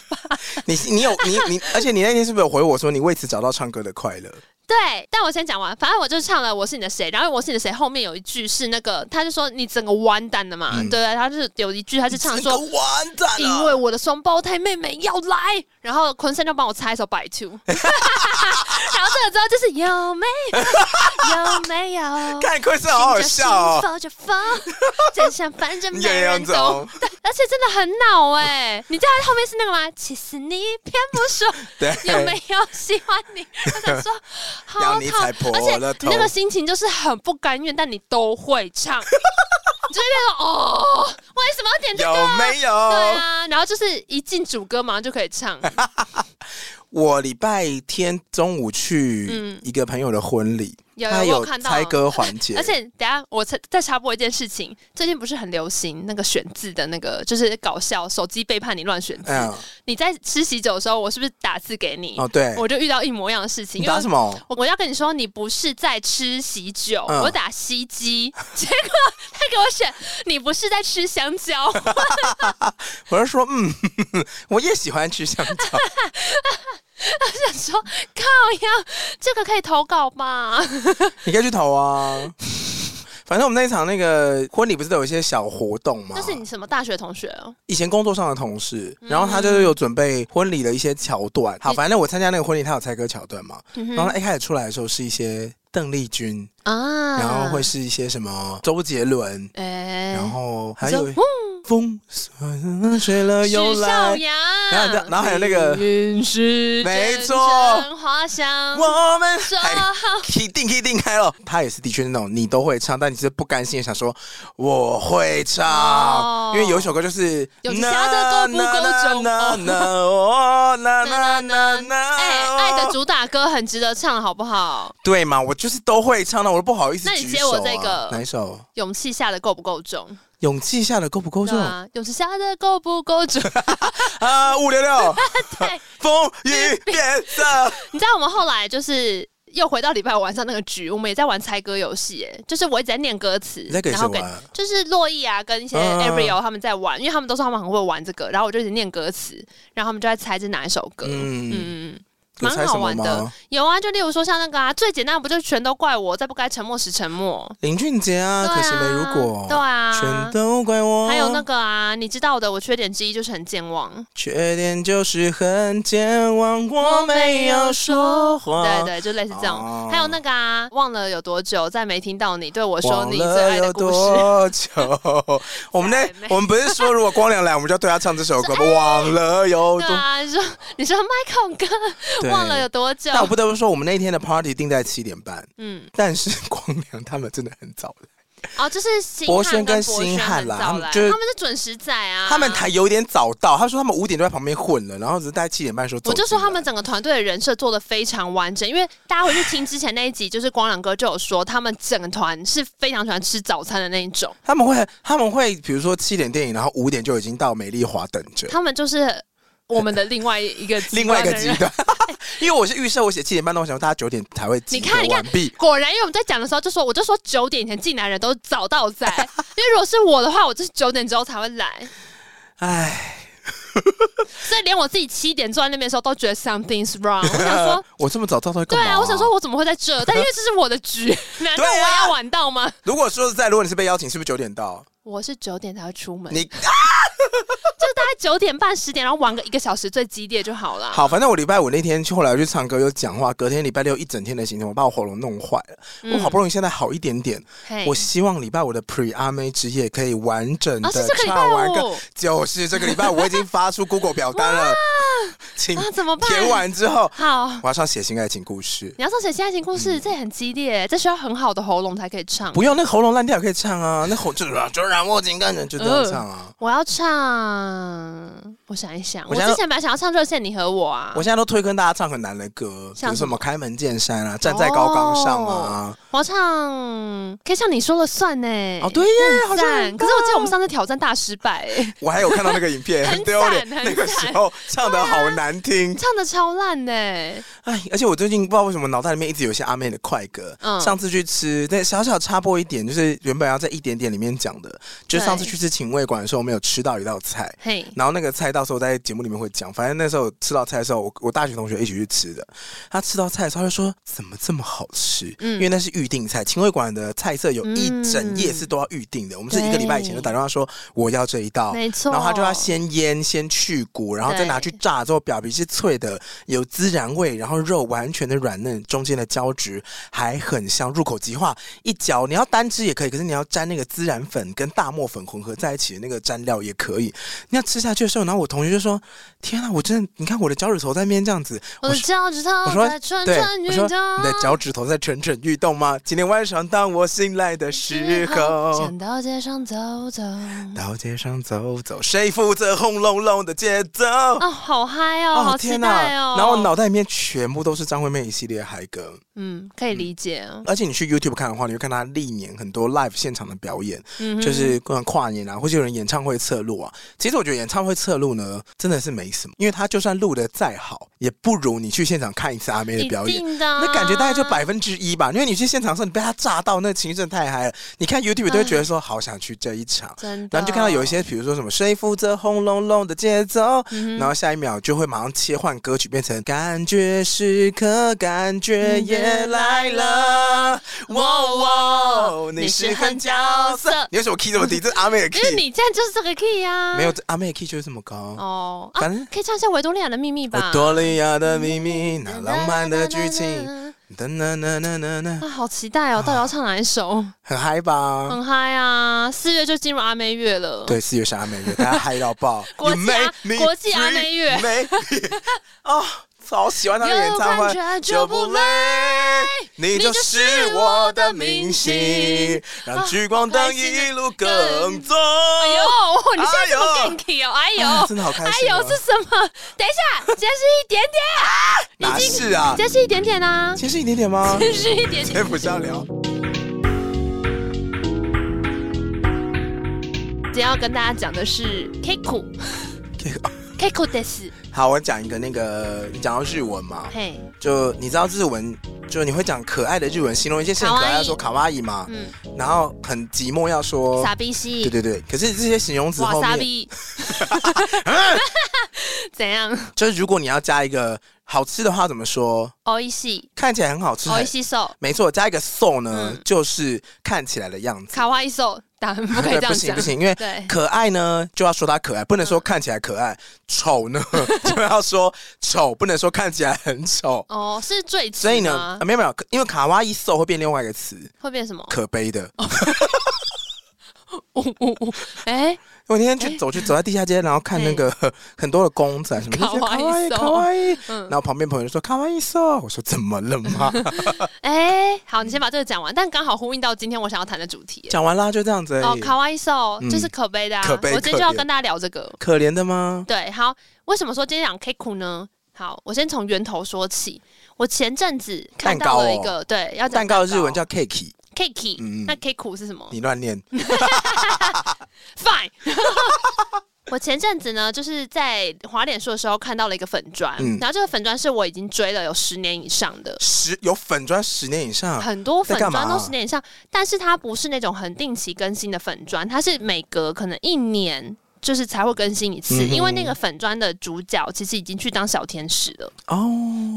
[SPEAKER 1] 你你有你你，而且你那天是不是有回我说你为此找到唱歌的快乐？
[SPEAKER 2] 对，但我先讲完，反正我就唱了《我是你的谁》，然后《我是你的谁》后面有一句是那个，他就说你整个完蛋了嘛，对啊对，他就是有一句他就唱
[SPEAKER 1] 嗯整
[SPEAKER 2] 说。
[SPEAKER 1] 个完蛋
[SPEAKER 2] 因为
[SPEAKER 1] 了，
[SPEAKER 2] 我的双胞胎妹妹要来，然后坤森就帮我猜一首《白兔》，然后这个之后就是有没有没有，
[SPEAKER 1] 看坤是好好笑
[SPEAKER 2] 心
[SPEAKER 1] 哦，
[SPEAKER 2] 就心否就否，真相反正没人 懂
[SPEAKER 1] 你 也要走。哦
[SPEAKER 2] 对，而且真的很恼哎、你知道后面是那个吗？其实你偏不说
[SPEAKER 1] 对，
[SPEAKER 2] 有没有喜欢你，我想说好
[SPEAKER 1] 要
[SPEAKER 2] 讨
[SPEAKER 1] 你踩破
[SPEAKER 2] 而且
[SPEAKER 1] 了
[SPEAKER 2] 你那
[SPEAKER 1] 头
[SPEAKER 2] 个心情就是很不甘愿，但你都会唱， 你就会变成哦，为什么要点这个？
[SPEAKER 1] 有没有？
[SPEAKER 2] 对啊，然后就是一进主歌马上就可 以唱，
[SPEAKER 1] 我礼拜天中午去一个朋友的婚礼，
[SPEAKER 2] 嗯有
[SPEAKER 1] 他
[SPEAKER 2] 有我
[SPEAKER 1] 有
[SPEAKER 2] 有看到
[SPEAKER 1] 猜歌环节，
[SPEAKER 2] 而且等一下我再再插播一件事情，最近不是很流行那个选字的那个，就是搞笑手机背叛你乱选字。
[SPEAKER 1] 嗯，
[SPEAKER 2] 你在吃喜酒的时候，我是不是打字给你？
[SPEAKER 1] 哦对，
[SPEAKER 2] 我就遇到一模一样的事情。
[SPEAKER 1] 你打什
[SPEAKER 2] 么？
[SPEAKER 1] 么？
[SPEAKER 2] 我我要跟你说，你不是在吃喜酒，
[SPEAKER 1] 嗯
[SPEAKER 2] 我打西鸡， 结果他给我选，你不是在吃香蕉，
[SPEAKER 1] 我是说，嗯， 我也喜欢吃香蕉。
[SPEAKER 2] 想说靠呀，这个可以投稿吧？
[SPEAKER 1] 你可以去投啊。 反正我们那一场那个婚礼不是都有一些小活动吗？
[SPEAKER 2] 那是你什么大学同学哦？
[SPEAKER 1] 以前工作上的同事，然后他就是有准备婚礼的一些桥段。好，
[SPEAKER 2] 你
[SPEAKER 1] 反正我参加那个婚礼，他有猜歌桥段嘛。
[SPEAKER 2] 嗯哼
[SPEAKER 1] 然后他一开始出来的时候是一些邓丽君，
[SPEAKER 2] 啊
[SPEAKER 1] 然后会是一些什么周杰伦，
[SPEAKER 2] 哎，
[SPEAKER 1] 然后还
[SPEAKER 2] 你说嗯
[SPEAKER 1] 有风吹了又
[SPEAKER 2] 许绍
[SPEAKER 1] 来。
[SPEAKER 2] 洋，
[SPEAKER 1] 然后然后还有那个
[SPEAKER 2] 云是
[SPEAKER 1] 没错
[SPEAKER 2] 花香。
[SPEAKER 1] 我们
[SPEAKER 2] 说
[SPEAKER 1] 还一定一定开了，他也是的确那种你都会唱，但你是不甘心地想说我会唱，
[SPEAKER 2] 哦
[SPEAKER 1] 因为有一首歌就是
[SPEAKER 2] 有其他的够不够重
[SPEAKER 1] 那那哦那那那那
[SPEAKER 2] 哎，爱的主打歌很值得唱，好不好？
[SPEAKER 1] 对嘛，我就是都会唱，那我都不好意思
[SPEAKER 2] 那你
[SPEAKER 1] 举
[SPEAKER 2] 接
[SPEAKER 1] 手
[SPEAKER 2] 我
[SPEAKER 1] 啊
[SPEAKER 2] 这个
[SPEAKER 1] 哪一首？
[SPEAKER 2] 勇气下的够不够重？
[SPEAKER 1] 勇气下的够不够重
[SPEAKER 2] 对啊，勇气下的够不 够重？
[SPEAKER 1] 啊？五六 六，
[SPEAKER 2] 对，
[SPEAKER 1] 风雨变色，
[SPEAKER 2] 你知道我们后来就是又回到礼拜五晚上那个局，我们也在玩猜歌游戏，哎，就是我一直在念歌词，
[SPEAKER 1] 你在跟
[SPEAKER 2] 然
[SPEAKER 1] 谁
[SPEAKER 2] 后给
[SPEAKER 1] 玩
[SPEAKER 2] 就是洛伊啊跟一些
[SPEAKER 1] 嗯
[SPEAKER 2] Ariel 他们在玩，因为他们都说他们很会玩这个，然后我就一直念歌词，然后他们就在猜这哪一首歌，
[SPEAKER 1] 嗯，
[SPEAKER 2] 嗯。
[SPEAKER 1] 有
[SPEAKER 2] 蛮
[SPEAKER 1] 猜
[SPEAKER 2] 好
[SPEAKER 1] 什么
[SPEAKER 2] 玩的
[SPEAKER 1] 吗？
[SPEAKER 2] 有啊，就例如说像那个啊，最简单的不就全都怪我，再不该沉默时沉默。
[SPEAKER 1] 林俊杰啊，
[SPEAKER 2] 对啊
[SPEAKER 1] 可惜没如果，
[SPEAKER 2] 对啊，
[SPEAKER 1] 全都怪我，
[SPEAKER 2] 还有那个啊，你知道的，我缺点之一就是很健忘。
[SPEAKER 1] 缺点就是很健忘，我没有说谎。
[SPEAKER 2] 对对，就类似这种。
[SPEAKER 1] 哦
[SPEAKER 2] 还有那个啊，忘了有多久，再没听到你对我说
[SPEAKER 1] 忘
[SPEAKER 2] 你最
[SPEAKER 1] 了
[SPEAKER 2] 爱的
[SPEAKER 1] 有
[SPEAKER 2] 故事。
[SPEAKER 1] 多久？ 我们
[SPEAKER 2] 妹
[SPEAKER 1] 那我们不是说如果光良来，我们就要对他唱这首歌吗？忘了有
[SPEAKER 2] 对
[SPEAKER 1] 多
[SPEAKER 2] 啊，你说你说 Michael 哥
[SPEAKER 1] 对
[SPEAKER 2] 忘了有多久
[SPEAKER 1] 但？我不得不说，我们那天的 party 定在七点半，
[SPEAKER 2] 嗯，
[SPEAKER 1] 但是光良他们真的很早来，
[SPEAKER 2] 哦，就是星
[SPEAKER 1] 博
[SPEAKER 2] 汉
[SPEAKER 1] 轩
[SPEAKER 2] 跟
[SPEAKER 1] 跟星汉
[SPEAKER 2] 很
[SPEAKER 1] 啦
[SPEAKER 2] 早
[SPEAKER 1] 他们
[SPEAKER 2] 来
[SPEAKER 1] 就是
[SPEAKER 2] 他们是准时仔啊，
[SPEAKER 1] 他们才有点早到。他说他们五点就在旁边混了，然后只是大概七点半的时候走
[SPEAKER 2] 我
[SPEAKER 1] 进来。
[SPEAKER 2] 就说他们整个团队的人设做的非常完整，因为大家回去听之前那一集，就是光良哥就有说，他们整个团是非常喜欢吃早餐的那一种，
[SPEAKER 1] 他们会他们会比如说七点电影，然后五点就已经到美丽华等着。
[SPEAKER 2] 他们就是我们的另外一个
[SPEAKER 1] 另外一个
[SPEAKER 2] 极端的
[SPEAKER 1] 极
[SPEAKER 2] 人。
[SPEAKER 1] 端，因为我是预设我写七点半的，我想大家九点才会集
[SPEAKER 2] 你看
[SPEAKER 1] 合
[SPEAKER 2] 你 看
[SPEAKER 1] 完毕。
[SPEAKER 2] 果然，因为我们在讲的时候就说，我就说九点以前进来的人都早 到在，因为如果是我的话，我就是九点之后才会来，
[SPEAKER 1] 唉，
[SPEAKER 2] 所以连我自己七点坐在那边的时候都觉得 something's wrong。我想说，
[SPEAKER 1] 我这么早到底干
[SPEAKER 2] 对
[SPEAKER 1] 嘛、
[SPEAKER 2] 啊，我想说，我怎么会在 这？但因为这是我的局，难道
[SPEAKER 1] 对啊
[SPEAKER 2] 我要晚到吗？
[SPEAKER 1] 如果说实在，如果你是被邀请，是不是九点到？
[SPEAKER 2] 我是九点才会出门，
[SPEAKER 1] 你
[SPEAKER 2] 就是大概九点半十点，然后玩个一个小时最激烈就好了。
[SPEAKER 1] 好，反正我礼拜五那天去，后来我去唱歌又讲话，隔天礼拜六一整天的行程，我把我喉咙弄坏了。
[SPEAKER 2] 嗯，哎
[SPEAKER 1] 我好不容易现在好一点点，
[SPEAKER 2] 嘿
[SPEAKER 1] 我希望礼拜五的 Pre 阿妹之夜可以完整
[SPEAKER 2] 啊是
[SPEAKER 1] 的
[SPEAKER 2] 这个礼拜
[SPEAKER 1] 唱完
[SPEAKER 2] 五
[SPEAKER 1] 个，就是这个礼拜我已经发出 Google 表单了，请
[SPEAKER 2] 啊怎么办？
[SPEAKER 1] 填完之后，
[SPEAKER 2] 好，
[SPEAKER 1] 我要上写信爱情故事。
[SPEAKER 2] 你要上写现爱情故事，这也很激烈，这需要很好的喉咙才可以唱。
[SPEAKER 1] 不用，那喉咙烂掉也可以唱啊，那喉就就让我紧跟着就这样唱啊。
[SPEAKER 2] 我要唱，我想一想，
[SPEAKER 1] 我
[SPEAKER 2] 我
[SPEAKER 1] 想
[SPEAKER 2] 之前本来想要唱《热线你和我》啊，
[SPEAKER 1] 我现在都推跟大家唱很难的歌，比
[SPEAKER 2] 像
[SPEAKER 1] 如
[SPEAKER 2] 什
[SPEAKER 1] 什
[SPEAKER 2] 么
[SPEAKER 1] 么
[SPEAKER 2] 哦
[SPEAKER 1] 开门见山啊，站在高岗上啊。
[SPEAKER 2] 我要唱，可以像你说了算呢。
[SPEAKER 1] 哦，对耶，好像
[SPEAKER 2] 赞！可是我记得我们上次挑战大失败、欸，
[SPEAKER 1] 我还有看到那个影 片，
[SPEAKER 2] 很
[SPEAKER 1] 很丢脸，
[SPEAKER 2] 惨很啊
[SPEAKER 1] 那个时
[SPEAKER 2] 惨
[SPEAKER 1] 候唱的好难听。
[SPEAKER 2] 唱的超烂呢、
[SPEAKER 1] 哎，而且我最近不知道为什么脑袋里面一直有一些阿妹的快歌。
[SPEAKER 2] 嗯
[SPEAKER 1] 上次去吃，那小小插播一点，就是原本要在一点点里面讲的，就是上次
[SPEAKER 2] 对
[SPEAKER 1] 去吃秦味馆的时候，我们有吃到一道菜。
[SPEAKER 2] 嘿，
[SPEAKER 1] 然后那个菜到时候在节目里面会讲，反正那时候吃到菜的时候，我我大学同学一起去吃的，他吃到菜的时候他就说怎么这么好吃？
[SPEAKER 2] 嗯
[SPEAKER 1] 因为那是预定菜，秦味馆的菜色有一整夜是都要预定的，我们是一个礼拜以前就打电话说我要这一道，
[SPEAKER 2] 没错。
[SPEAKER 1] 哦然后它就要先腌、先去骨，然后再拿去炸，之后表皮是脆的，有孜然味，然后肉完全的软嫩，中间的胶质还很香，入口即化。一嚼你要单吃也可以，可是你要沾那个孜然粉跟大磨粉混合在一起的那个蘸料也可以。你要吃下去的时候，然后我同学就说：“天啊，我真的，你看我的脚趾头在那边这样子。”
[SPEAKER 2] 我的脚趾头
[SPEAKER 1] 我说
[SPEAKER 2] 在蠢
[SPEAKER 1] 对，
[SPEAKER 2] 蠢欲
[SPEAKER 1] 我说
[SPEAKER 2] 动，
[SPEAKER 1] 你的脚趾头在蠢蠢欲动吗？今天晚上当我醒来的时候，
[SPEAKER 2] 想到街上走走。
[SPEAKER 1] 到街上走走，谁负责轰隆隆的节奏？哦
[SPEAKER 2] 啊，好嗨哦，好期待哦！
[SPEAKER 1] 然后脑袋里面全部都是张惠妹一系列嗨歌，
[SPEAKER 2] 嗯，可以理解，
[SPEAKER 1] 而且你去 YouTube 看的话，你会看她历年很多 live 现场的表演，
[SPEAKER 2] 嗯哼，
[SPEAKER 1] 就是关于跨年啊，或是有人演唱会侧录啊。其实我觉得演唱会侧录呢，真的是没什么，因为她就算录的再好，也不如你去现场看一次阿妹的
[SPEAKER 2] 一
[SPEAKER 1] 表演。
[SPEAKER 2] 定的啊，
[SPEAKER 1] 那感觉大概就百分之一吧，因为你去现场的时候，你被她炸到，那情绪真的太嗨了。你看 YouTube 都会觉得说，好想去这一场。
[SPEAKER 2] 真的，
[SPEAKER 1] 然后你就看到有一些，比如说什么“谁负责轰隆隆的节奏”，
[SPEAKER 2] 嗯哼，
[SPEAKER 1] 然后下一秒就会马上切换歌曲，变成“感觉时刻，感觉也来了”，哇哇，哦你是很角色。嗯你为什么 key 这么低？这是阿妹的
[SPEAKER 2] 因为
[SPEAKER 1] key，
[SPEAKER 2] 你现在就是这个 key 啊，
[SPEAKER 1] 没有这阿妹的 key 就是这么高。
[SPEAKER 2] 哦，啊
[SPEAKER 1] 反正，
[SPEAKER 2] 可以唱一下《维多利亚的秘密》吧
[SPEAKER 1] 我？多利亚的秘密，那浪漫的剧情，噔噔噔噔噔噔，
[SPEAKER 2] 啊，好期待哦！到底要唱哪一首？
[SPEAKER 1] 很嗨吧？
[SPEAKER 2] 很嗨啊！四月就进入阿妹月了，！
[SPEAKER 1] 嗯对，四月是阿妹月，大家嗨到爆
[SPEAKER 2] 国际
[SPEAKER 1] You make
[SPEAKER 2] 阿
[SPEAKER 1] me
[SPEAKER 2] 国际阿 妹月
[SPEAKER 1] dream, make me- 哦，超喜欢他的演唱
[SPEAKER 2] 有感觉啊
[SPEAKER 1] 会，
[SPEAKER 2] 就不累，
[SPEAKER 1] 你就是我的明星，
[SPEAKER 2] 啊
[SPEAKER 1] 让聚光灯一路跟踪。
[SPEAKER 2] 哎呦，你现在这么
[SPEAKER 1] 哎呦
[SPEAKER 2] ganky 哦！哎呦，
[SPEAKER 1] 啊啊真的好开
[SPEAKER 2] 哎
[SPEAKER 1] 心哦！
[SPEAKER 2] 呦是什么？等一下，今天是一点点，
[SPEAKER 1] 哪是啊？
[SPEAKER 2] 今天是一点点啊，
[SPEAKER 1] 先是一点点吗？
[SPEAKER 2] 今天是一点
[SPEAKER 1] 先
[SPEAKER 2] 点。
[SPEAKER 1] 不是要聊，
[SPEAKER 2] 今天要跟大家讲的是 Kiku，Kiku des，
[SPEAKER 1] 好，我讲一个那个，你讲到日文嘛，
[SPEAKER 2] 嘿，
[SPEAKER 1] 就你知道日文，就你会讲可爱的日文，形容一件事情可爱，要说卡哇伊嘛，
[SPEAKER 2] 嗯，
[SPEAKER 1] 然后很寂寞要说
[SPEAKER 2] 傻逼
[SPEAKER 1] 啊哦对
[SPEAKER 2] 西，
[SPEAKER 1] 对对，可是这些形容词
[SPEAKER 2] 哇
[SPEAKER 1] 后
[SPEAKER 2] 傻
[SPEAKER 1] 面， 哎
[SPEAKER 2] 逼，怎样？
[SPEAKER 1] 就是如果你要加一个好吃的话，怎么说？
[SPEAKER 2] おいしい，
[SPEAKER 1] 看起来很好吃，
[SPEAKER 2] おいしそう。
[SPEAKER 1] 没错，加一个 so 呢，
[SPEAKER 2] 哦嗯
[SPEAKER 1] 就是看起来的样子。
[SPEAKER 2] 卡哇伊兽，打不可以这样
[SPEAKER 1] 不行
[SPEAKER 2] 讲
[SPEAKER 1] 不。行，因为
[SPEAKER 2] 对，
[SPEAKER 1] 可爱呢就要说它可爱，不能说看起来可爱；丑呢
[SPEAKER 2] 嗯
[SPEAKER 1] 就要说丑，不能说看起来很丑。
[SPEAKER 2] 哦，是最值
[SPEAKER 1] 所以呢，
[SPEAKER 2] 吗
[SPEAKER 1] 啊、没有没有，因为卡哇伊 so 会变另外一个词，
[SPEAKER 2] 会变什么？
[SPEAKER 1] 可悲的。
[SPEAKER 2] 呜呜呜！哎，
[SPEAKER 1] 我那天去走去走在地下街，然后看那个 很多的公仔什么，就觉得
[SPEAKER 2] 卡哇伊
[SPEAKER 1] 卡哇伊，
[SPEAKER 2] 嗯
[SPEAKER 1] 然，后旁边朋友就说卡哇伊 so，我说怎么了 吗？
[SPEAKER 2] 哎，
[SPEAKER 1] 嗯
[SPEAKER 2] 好，你先把这个讲完，但刚好呼应到今天我想要谈的主题。
[SPEAKER 1] 讲完啦，就这样子而
[SPEAKER 2] 哦，
[SPEAKER 1] 已。
[SPEAKER 2] 卡哇伊兽
[SPEAKER 1] 嗯
[SPEAKER 2] 就是可悲的啊！
[SPEAKER 1] 可悲
[SPEAKER 2] 我今天就要跟大家聊这个。
[SPEAKER 1] 可怜的吗？
[SPEAKER 2] 对，好，为什么说今天讲 Kiku 呢？好，我先从源头说起。我前阵子看到了一
[SPEAKER 1] 蛋哦
[SPEAKER 2] 个，对，要讲哦
[SPEAKER 1] 蛋糕的日文叫 cake，
[SPEAKER 2] Kiki，、
[SPEAKER 1] 嗯嗯
[SPEAKER 2] 那 Kiku 是什么？
[SPEAKER 1] 你乱念。
[SPEAKER 2] fine 。我前阵子呢，就是在滑脸书的时候看到了一个粉砖，
[SPEAKER 1] 嗯
[SPEAKER 2] 然后这个粉砖是我已经追了有十年以上的，
[SPEAKER 1] 十有粉砖十年以上，
[SPEAKER 2] 很多粉
[SPEAKER 1] 在干嘛
[SPEAKER 2] 砖都十年以上，但是它不是那种很定期更新的粉砖，它是每隔可能一年就是才会更新一次，
[SPEAKER 1] 嗯哼
[SPEAKER 2] 因为那个粉砖的主角其实已经去当小天使了。
[SPEAKER 1] 哦，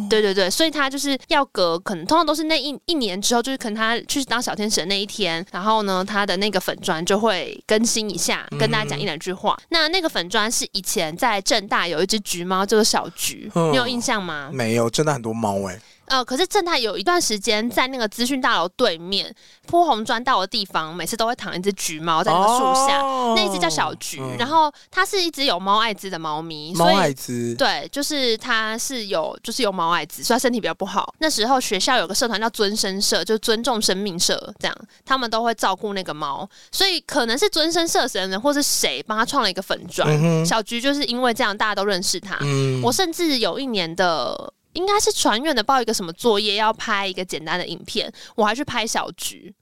[SPEAKER 2] 对对对，所以他就是要隔，可能通常都是那一一年之后，就是可能他去当小天使的那一天，然后呢，他的那个粉砖就会更新一下，
[SPEAKER 1] 嗯
[SPEAKER 2] 跟大家讲一两句话。那那个粉砖是以前在正大有一只橘猫叫做小橘，
[SPEAKER 1] 嗯
[SPEAKER 2] 你有印象吗？
[SPEAKER 1] 没有，真的很多猫哎、
[SPEAKER 2] 呃，可是正大有一段时间在那个资讯大楼对面铺红砖道的地方，每次都会躺一只橘猫在那个树下，
[SPEAKER 1] 哦
[SPEAKER 2] 那一只叫小橘，
[SPEAKER 1] 嗯
[SPEAKER 2] 然后它是一只有猫艾滋的猫咪，所
[SPEAKER 1] 猫
[SPEAKER 2] 以
[SPEAKER 1] 艾滋，
[SPEAKER 2] 对，就是他是有，就是有毛矮子，所以他身体比较不好。那时候学校有个社团叫尊生社，就是尊重生命社，这样他们都会照顾那个猫，所以可能是尊生社神人或是谁帮他创了一个粉砖。
[SPEAKER 1] 嗯哼
[SPEAKER 2] 小菊就是因为这样，大家都认识他。
[SPEAKER 1] 嗯
[SPEAKER 2] 我甚至有一年的。应该是传院的报一个什么作业，要拍一个简单的影片，我还去拍小菊，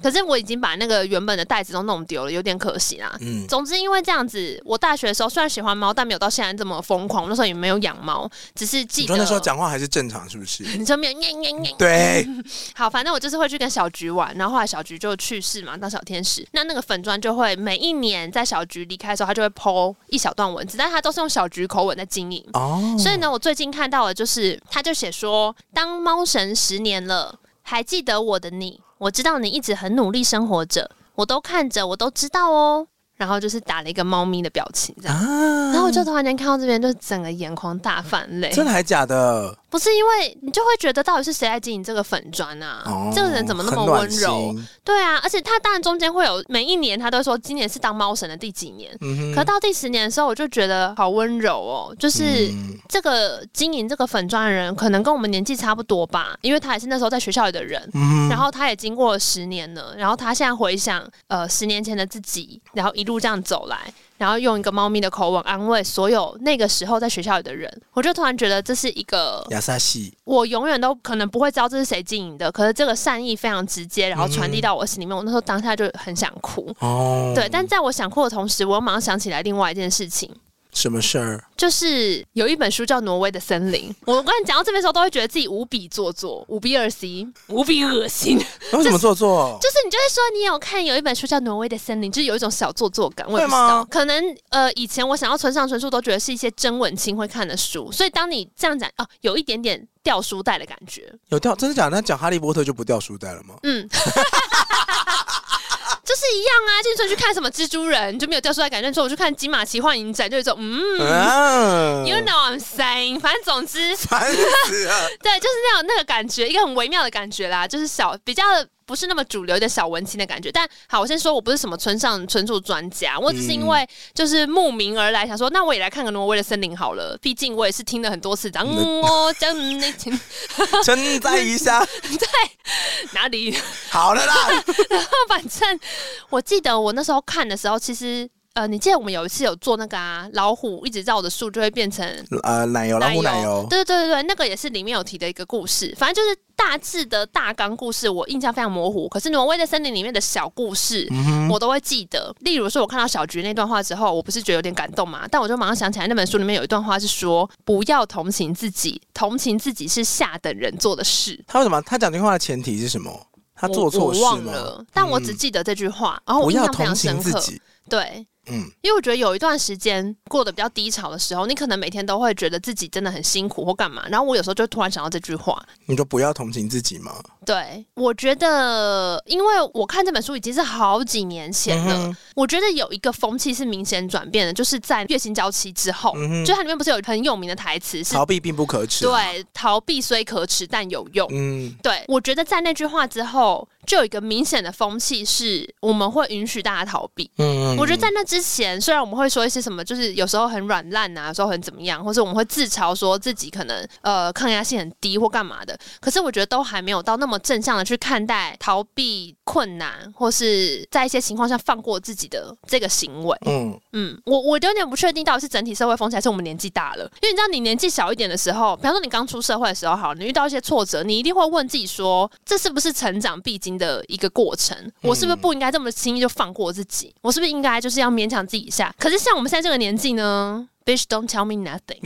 [SPEAKER 2] 可是我已经把那个原本的袋子都弄丢了，有点可惜啦。
[SPEAKER 1] 嗯
[SPEAKER 2] 总之，因为这样子，我大学的时候虽然喜欢猫，但没有到现在这么疯狂。我那时候也没有养猫，只是记
[SPEAKER 1] 你
[SPEAKER 2] 得嗯
[SPEAKER 1] 说那时候讲话还是正常，是不是？
[SPEAKER 2] 你说没有，喵喵喵
[SPEAKER 1] 对，
[SPEAKER 2] 好，反正我就是会去跟小菊玩，然后后来小菊就去世嘛，当小天使。那那个粉砖就会每一年在小菊离开的时候，他就会 PO 一小段文字，但他都是用小菊口吻在经营。
[SPEAKER 1] 哦，
[SPEAKER 2] 所以呢，我最近看到的就是，他就写说，当猫神十年了，还记得我的你，我知道你一直很努力生活着，我都看着，我都知道哦。然后就是打了一个猫咪的表情，这样。
[SPEAKER 1] 啊，
[SPEAKER 2] 然后我就突哎然间看到这边，就整个眼眶大泛泪。
[SPEAKER 1] 真的还假的？
[SPEAKER 2] 不是因为你就会觉得到底是谁在经营这个粉砖啊？
[SPEAKER 1] 哦，
[SPEAKER 2] 这个人怎么那么
[SPEAKER 1] 很暖
[SPEAKER 2] 温柔？
[SPEAKER 1] 心？
[SPEAKER 2] 对啊，而且他当然中间会有每一年他都说今年是当猫神的第几年，
[SPEAKER 1] 嗯哼
[SPEAKER 2] 可到第十年的时候，我就觉得好温柔哦，就是。
[SPEAKER 1] 嗯
[SPEAKER 2] 这个经营这个粉砖的人，可能跟我们年纪差不多吧，因为他也是那时候在学校里的人。
[SPEAKER 1] 嗯
[SPEAKER 2] 然后他也经过了十年了，然后他现在回想，呃，十年前的自己，然后一路这样走来，然后用一个猫咪的口吻安慰所有那个时候在学校里的人，我就突然觉得这是一个
[SPEAKER 1] 亚萨西，
[SPEAKER 2] 我永远都可能不会知道这是谁经营的，可是这个善意非常直接，然后传递到我心里面，我那时候当下就很想哭。
[SPEAKER 1] 哦，
[SPEAKER 2] 对，但在我想哭的同时，我又马上想起来另外一件事情，
[SPEAKER 1] 什么事儿？
[SPEAKER 2] 就是有一本书叫《挪威的森林》，我跟你讲到这边的时候，都会觉得自己无比做作、无比恶心、无比恶心。就
[SPEAKER 1] 为哦什么做作？
[SPEAKER 2] 是你就会说，你有看有一本书叫《挪威的森林》，就是有一种小做作感。我也不知
[SPEAKER 1] 会吗
[SPEAKER 2] 道，可能呃，以前我想要村上春树都觉得是一些真文青会看的书，所以当你这样讲哦、有一点点掉书袋的感觉。
[SPEAKER 1] 有掉真的假的？那讲哈利波特就不掉书袋了吗？
[SPEAKER 2] 嗯， 就是一样啊。进村去看什么蜘蛛人，你就没有掉出来感觉。说我去看金马奇幻影展，就有一种嗯。
[SPEAKER 1] 嗯
[SPEAKER 2] You know I'm saying，反正总之，
[SPEAKER 1] 烦死 了。
[SPEAKER 2] 对，就是那种那个感觉，一个很微妙的感觉啦，就是小比较不是那么主流的小文青的感觉。但好，我先说我不是什么村上春树专家，我只是因为就是慕名而来，想说那我也来看个挪威的森林好了，毕竟我也是听了很多次，然后我讲那天
[SPEAKER 1] 称赞一下，
[SPEAKER 2] 哪里。
[SPEAKER 1] 好了啦，
[SPEAKER 2] 反正我记得我那时候看的时候，其实呃，你记得我们有一次有做那个啊，老虎一直绕着树就会变成
[SPEAKER 1] 呃，奶油老虎奶油，
[SPEAKER 2] 哎对对对对，那个也是里面有提的一个故事。反正就是大致的大纲故事，我印象非常模糊。可是挪威的森林里面的小故事，
[SPEAKER 1] 嗯
[SPEAKER 2] 我都会记得。例如说，我看到小菊那段话之后，我不是觉得有点感动嘛？但我就马上想起来，那本书里面有一段话是说：不要同情自己，同情自己是下等人做的事。
[SPEAKER 1] 他为什么？他讲这句话的前提是什么？他
[SPEAKER 2] 我
[SPEAKER 1] 做错
[SPEAKER 2] 我
[SPEAKER 1] 事
[SPEAKER 2] 忘
[SPEAKER 1] 吗？嗯
[SPEAKER 2] 了，但我只记得这句话，然后
[SPEAKER 1] 不
[SPEAKER 2] 我印
[SPEAKER 1] 要
[SPEAKER 2] 象非
[SPEAKER 1] 同
[SPEAKER 2] 常
[SPEAKER 1] 情
[SPEAKER 2] 深
[SPEAKER 1] 自
[SPEAKER 2] 刻。
[SPEAKER 1] 己。
[SPEAKER 2] 对，
[SPEAKER 1] 嗯，
[SPEAKER 2] 因为我觉得有一段时间过得比较低潮的时候，你可能每天都会觉得自己真的很辛苦或干嘛，然后我有时候就突然想到这句话。
[SPEAKER 1] 你说不要同情自己吗？
[SPEAKER 2] 对，我觉得，因为我看这本书已经是好几年前了，
[SPEAKER 1] 嗯哼
[SPEAKER 2] 我觉得有一个风气是明显转变的，就是在月薪娇妻之后，
[SPEAKER 1] 嗯哼
[SPEAKER 2] 就它里面不是有很有名的台词是
[SPEAKER 1] 逃避并不可耻。，
[SPEAKER 2] 对逃避虽可耻但有用，
[SPEAKER 1] 嗯，
[SPEAKER 2] 对，我觉得在那句话之后，就有一个明显的风气是，我们会允许大家逃避。
[SPEAKER 1] 嗯
[SPEAKER 2] 我觉得在那之前，虽然我们会说一些什么，就是有时候很软烂啊，有时候很怎么样，或者我们会自嘲说自己可能呃抗压性很低或干嘛的，可是我觉得都还没有到那么正向的去看待逃避困难，或是在一些情况下放过自己的这个行为。
[SPEAKER 1] 嗯，
[SPEAKER 2] 嗯，我我有点不确定到底是整体社会风气，还是我们年纪大了。因为你知道，你年纪小一点的时候，比方说你刚出社会的时候，好，你遇到一些挫折，你一定会问自己说，这是不是成长必经的一个过程？
[SPEAKER 1] 嗯
[SPEAKER 2] 我是不是不应该这么轻易就放过自己？我是不是应该就是要勉强自己一下？可是像我们现在这个年纪呢？ bitch don't tell me nothing。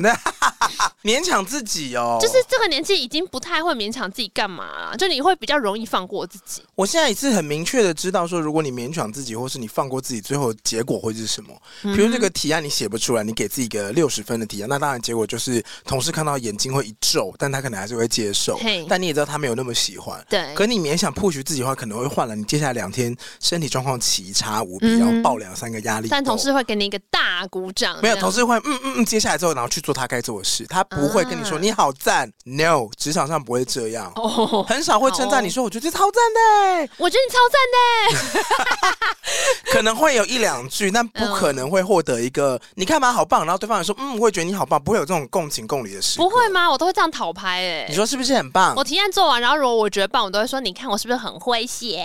[SPEAKER 1] 勉强自己哦。
[SPEAKER 2] 就是这个年纪已经不太会勉强自己干嘛了，就你会比较容易放过自己。
[SPEAKER 1] 我现在也是很明确的知道说，如果你勉强自己，或是你放过自己，最后结果会是什么？
[SPEAKER 2] 嗯
[SPEAKER 1] 比如那个提案你写不出来，你给自己一个六十分的提案，那当然结果就是同事看到眼睛会一皱，但他可能还是会接受
[SPEAKER 2] 嘿。
[SPEAKER 1] 但你也知道他没有那么喜欢。
[SPEAKER 2] 对，
[SPEAKER 1] 可你勉强 push 自己的话，可能会换来你接下来两天身体状况奇差无比，
[SPEAKER 2] 嗯哼
[SPEAKER 1] 然后爆两三个压力豆。
[SPEAKER 2] 但同事会给你一个大鼓掌。
[SPEAKER 1] 没有，
[SPEAKER 2] 这样
[SPEAKER 1] 同事会嗯嗯嗯，接下来之后，然后去做他该做的事，他不会跟你说、
[SPEAKER 2] 啊
[SPEAKER 1] 你好赞。No，职场上不会这样，
[SPEAKER 2] 哦，
[SPEAKER 1] 很少会称赞你说我觉得这超赞的欸、
[SPEAKER 2] 我觉得你超赞的欸。
[SPEAKER 1] 可能会有一两句，但不可能会获得一个、你干嘛好棒，然后对方也说嗯，我也觉得你好棒，不会有这种共情共理的事。
[SPEAKER 2] 不会吗？我都会这样讨拍哎、
[SPEAKER 1] 你说是不是很棒
[SPEAKER 2] 我？提案做完，然后如果我觉得棒，我都会说：“你看我是不是很会写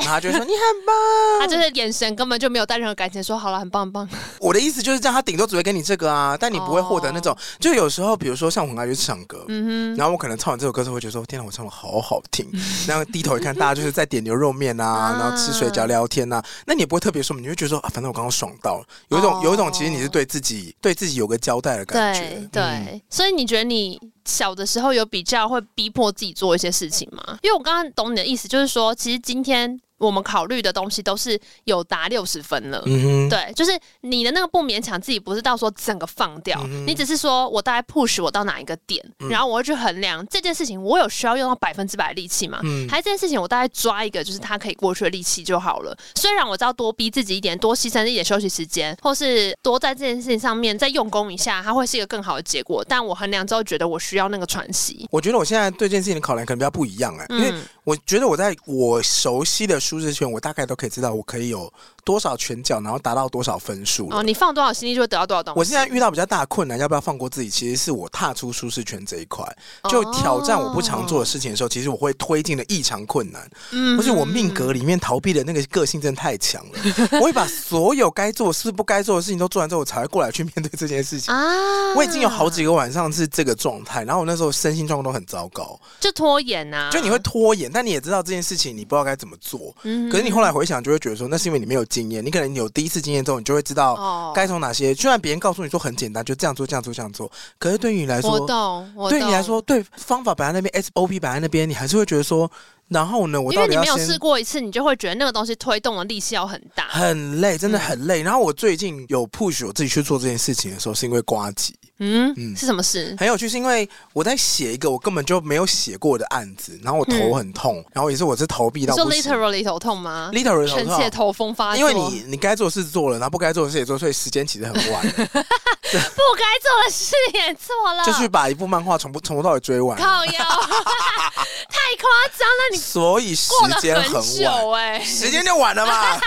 [SPEAKER 1] 然 后他就会说你很棒。？”
[SPEAKER 2] 他就是眼神根本就没有带任何感情，说：“好了，很棒，很棒。
[SPEAKER 1] 我的意思就是这样，他顶多只会跟你这个啊，但你不会获得那 种。就有时候，比如说像我很爱去唱歌，
[SPEAKER 2] 哦嗯
[SPEAKER 1] 然后我可能唱完这首歌之后，会觉得说：“天哪，我唱的好好 听。”然后低头一看，大家就是在点牛肉面啊
[SPEAKER 2] 啊，
[SPEAKER 1] 然后吃水饺、聊天啊。那你也不会特别说，你会觉得说：“啊，反正我刚刚爽到了。”有一种，
[SPEAKER 2] 哦
[SPEAKER 1] 有一种，其实你是对自己对自己有个交代的”感觉
[SPEAKER 2] 对。对、
[SPEAKER 1] 嗯
[SPEAKER 2] 所以你觉得你小的时候有比较会逼迫自己做一些事情吗？因为我刚刚懂你的意思，就是说，其实今天我们考虑的东西都是有达六十分了。
[SPEAKER 1] 嗯哼，
[SPEAKER 2] 对，就是你的那个不勉强自己，不是到说整个放掉，
[SPEAKER 1] 嗯
[SPEAKER 2] 你只是说我大概 push 我到哪一个点，然后我会去衡量这件事情，我有需要用到百分之百的力气吗？
[SPEAKER 1] 嗯
[SPEAKER 2] 还是这件事情我大概抓一个就是他可以过去的力气就好了。虽然我知道多逼自己一点，多牺牲一点休息时间，或是多在这件事情上面再用功一下，它会是一个更好的结果。但我衡量之后觉得我需要那个喘息。
[SPEAKER 1] 我觉得我现在对这件事情的考量可能比较不一样哎、因为
[SPEAKER 2] 嗯
[SPEAKER 1] 我觉得我在我熟悉的舒适圈，我大概都可以知道我可以有多少拳脚，然后达到多少分数了
[SPEAKER 2] 哦，你放多少心力就会得到多少东西。
[SPEAKER 1] 我现在遇到比较大的困难，要不要放过自己？其实是我踏出舒适圈这一块，
[SPEAKER 2] 哦
[SPEAKER 1] 就挑战我不常做的事情的时候，其实我会推进的异常困难。
[SPEAKER 2] 嗯
[SPEAKER 1] 不是我命格里面逃避的那个个性真的太强 了，我会把所有该做的事、不该做的事情都做完之后，我才会过来去面对这件事情。
[SPEAKER 2] 啊
[SPEAKER 1] 我已经有好几个晚上是这个状态，然后我那时候身心状况都很糟糕，
[SPEAKER 2] 就拖延呐、啊，
[SPEAKER 1] 就你会拖延，但你也知道这件事情你不知道该怎么做，
[SPEAKER 2] 嗯
[SPEAKER 1] 可是你后来回想就会觉得说，那是因为你没有经验，你可能有第一次经验之后，你就会知道
[SPEAKER 2] 哦
[SPEAKER 1] 该从哪些？虽然别人告诉你说很简单，就这样做、这样做、这样做，可是对于你来
[SPEAKER 2] 我
[SPEAKER 1] 说，
[SPEAKER 2] 懂，我懂
[SPEAKER 1] 对你来，说，对方法摆在那边，SOP 摆在那边，你还是会觉得说，然后呢，我
[SPEAKER 2] 因
[SPEAKER 1] 到
[SPEAKER 2] 为
[SPEAKER 1] 底
[SPEAKER 2] 你
[SPEAKER 1] 要
[SPEAKER 2] 没有
[SPEAKER 1] 先啊
[SPEAKER 2] 试过一次，你就会觉得那个东西推动的力气要很大。
[SPEAKER 1] 很累，真的
[SPEAKER 2] 嗯
[SPEAKER 1] 很累。然后我最近有 push 我自己去做这件事情的时候，是因为瓜吉
[SPEAKER 2] 嗯，
[SPEAKER 1] 嗯
[SPEAKER 2] 是什 么事？
[SPEAKER 1] 很有趣，是因为我在写一个我根本就没有写过的案子，然后我头很痛，然后也是我是逃避
[SPEAKER 2] 嗯你
[SPEAKER 1] 到
[SPEAKER 2] 说
[SPEAKER 1] 不行
[SPEAKER 2] literally 头痛吗？
[SPEAKER 1] ，literal
[SPEAKER 2] 臣妾头风发作，
[SPEAKER 1] 因为你你该做的事做了，然后不该做的事也做，所以时间其实很晚了，
[SPEAKER 2] 不该做的事也做了，
[SPEAKER 1] 就是把一部漫画从不从头到尾追完，
[SPEAKER 2] 靠 腰，太夸张了，你
[SPEAKER 1] 所以时
[SPEAKER 2] 过了
[SPEAKER 1] 间
[SPEAKER 2] 很
[SPEAKER 1] 晚，
[SPEAKER 2] 久哎、
[SPEAKER 1] 时间就晚了 嘛。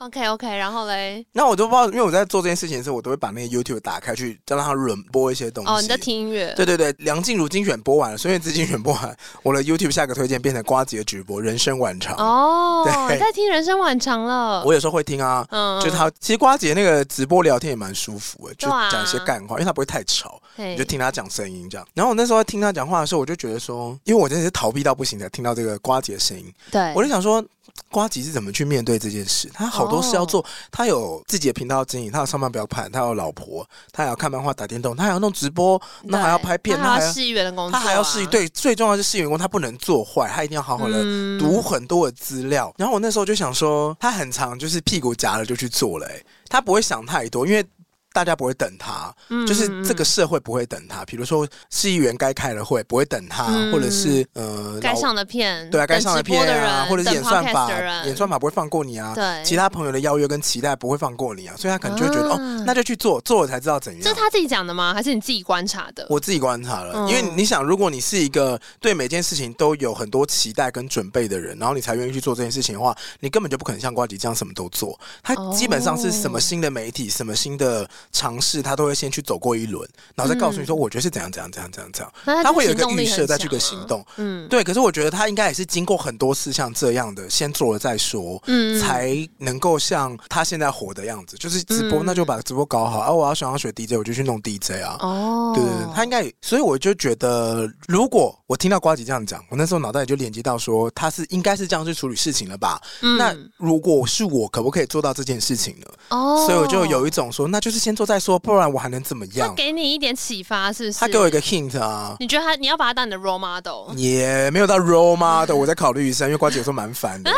[SPEAKER 2] OK OK，然后嘞，
[SPEAKER 1] 那我都不知道，因为我在做这件事情的时候，我都会把那个 YouTube 打开去，让它轮播一些东西。
[SPEAKER 2] 哦，你在听音乐，
[SPEAKER 1] 对对对，梁静茹精选播完了，孙燕姿精选播完，我的 YouTube 下个推荐变成瓜姐直播《人生晚长》
[SPEAKER 2] 哦，
[SPEAKER 1] 对
[SPEAKER 2] 你在听人生晚长了，
[SPEAKER 1] 我有时候会听啊，
[SPEAKER 2] 嗯
[SPEAKER 1] 就是他其实瓜姐那个直播聊天也蛮舒服的，就
[SPEAKER 2] 对啊
[SPEAKER 1] 讲一些干话，因为她不会太吵，
[SPEAKER 2] 嘿
[SPEAKER 1] 你就听她讲声音这样。然后我那时候在听她讲话的时候，我就觉得说，因为我真的是逃避到不行才听到这个瓜姐的声音，
[SPEAKER 2] 对，
[SPEAKER 1] 我就想说，瓜吉是怎么去面对这件事？他好多事要
[SPEAKER 2] 哦
[SPEAKER 1] 做，他有自己的频道经营，他有上班表盘，他有老婆，他还要看漫画、打电动，他还要弄直播，那还要拍片，
[SPEAKER 2] 他
[SPEAKER 1] 那
[SPEAKER 2] 还
[SPEAKER 1] 还
[SPEAKER 2] 要
[SPEAKER 1] 要
[SPEAKER 2] 试员的工作、
[SPEAKER 1] 他
[SPEAKER 2] 啊，
[SPEAKER 1] 还要试对，最重要的是试员工，他不能做坏，他一定要好好的
[SPEAKER 2] 嗯
[SPEAKER 1] 读很多的资料。然后我那时候就想说，他很长，就是屁股夹了就去做了、欸，他不会想太多，因为。大家不会等他，
[SPEAKER 2] 嗯
[SPEAKER 1] 就是
[SPEAKER 2] 嗯嗯
[SPEAKER 1] 这个社会不会等他。比如说，市议员该开的会不会等他，
[SPEAKER 2] 嗯
[SPEAKER 1] 或者是呃，
[SPEAKER 2] 该
[SPEAKER 1] 老
[SPEAKER 2] 上的片，
[SPEAKER 1] 对啊，该
[SPEAKER 2] 等
[SPEAKER 1] 上的
[SPEAKER 2] 直播
[SPEAKER 1] 片
[SPEAKER 2] 的
[SPEAKER 1] 啊，
[SPEAKER 2] 人，
[SPEAKER 1] 或者是
[SPEAKER 2] 等
[SPEAKER 1] 演算
[SPEAKER 2] podcast
[SPEAKER 1] 法
[SPEAKER 2] 的，人
[SPEAKER 1] 演算法不会放过你啊。
[SPEAKER 2] 对，
[SPEAKER 1] 其他朋友的邀约跟期待不会放过你啊，所以他可能就会觉得、
[SPEAKER 2] 啊
[SPEAKER 1] 哦，那就去做，做了才知道怎
[SPEAKER 2] 这
[SPEAKER 1] 样
[SPEAKER 2] 是。他自己讲的吗？还是你自己观察的？
[SPEAKER 1] 我自己观察了，
[SPEAKER 2] 嗯
[SPEAKER 1] 因为你想，如果你是一个对每件事情都有很多期待跟准备的人，然后你才愿意去做这件事情的话，你根本就不可能像瓜迪这样什么都做。他
[SPEAKER 2] 哦
[SPEAKER 1] 基本上是什么新的媒体、什么新的尝试，他都会先去走过一轮，然后再告诉你说，我觉得是怎样怎样怎样怎样怎样。
[SPEAKER 2] 嗯那
[SPEAKER 1] 他
[SPEAKER 2] 就
[SPEAKER 1] 会有一
[SPEAKER 2] 行
[SPEAKER 1] 个
[SPEAKER 2] 动
[SPEAKER 1] 预
[SPEAKER 2] 力
[SPEAKER 1] 设
[SPEAKER 2] 很
[SPEAKER 1] 再去
[SPEAKER 2] 强
[SPEAKER 1] 个
[SPEAKER 2] 啊
[SPEAKER 1] 行动。
[SPEAKER 2] 嗯
[SPEAKER 1] 对，可是我觉得他应该也是经过很多次像这样的，先做了再说，
[SPEAKER 2] 嗯
[SPEAKER 1] 才能够像他现在活的样子。就是直播，
[SPEAKER 2] 嗯
[SPEAKER 1] 那就把直播搞好。啊，我要想要学 DJ，我就去弄 DJ 啊。
[SPEAKER 2] 哦，
[SPEAKER 1] 对对对，他应该也，所以我就觉得，如果我听到瓜吉这样讲，我那时候脑袋里就连接到说，他是应该是这样去处理事情了吧？
[SPEAKER 2] 嗯
[SPEAKER 1] 那如果是我，可不可以做到这件事情呢？
[SPEAKER 2] 哦，
[SPEAKER 1] 所以我就有一种说，那就是先先做再说，不然我还能怎么
[SPEAKER 2] 他
[SPEAKER 1] 样？
[SPEAKER 2] 给你一点启发，是不是？
[SPEAKER 1] 他给我一个嗯 hint 啊，
[SPEAKER 2] 你觉得他你要把他当你的 role model？
[SPEAKER 1] 也没有到 role model，我再考虑一下，因为瓜姐有时候蛮烦 的，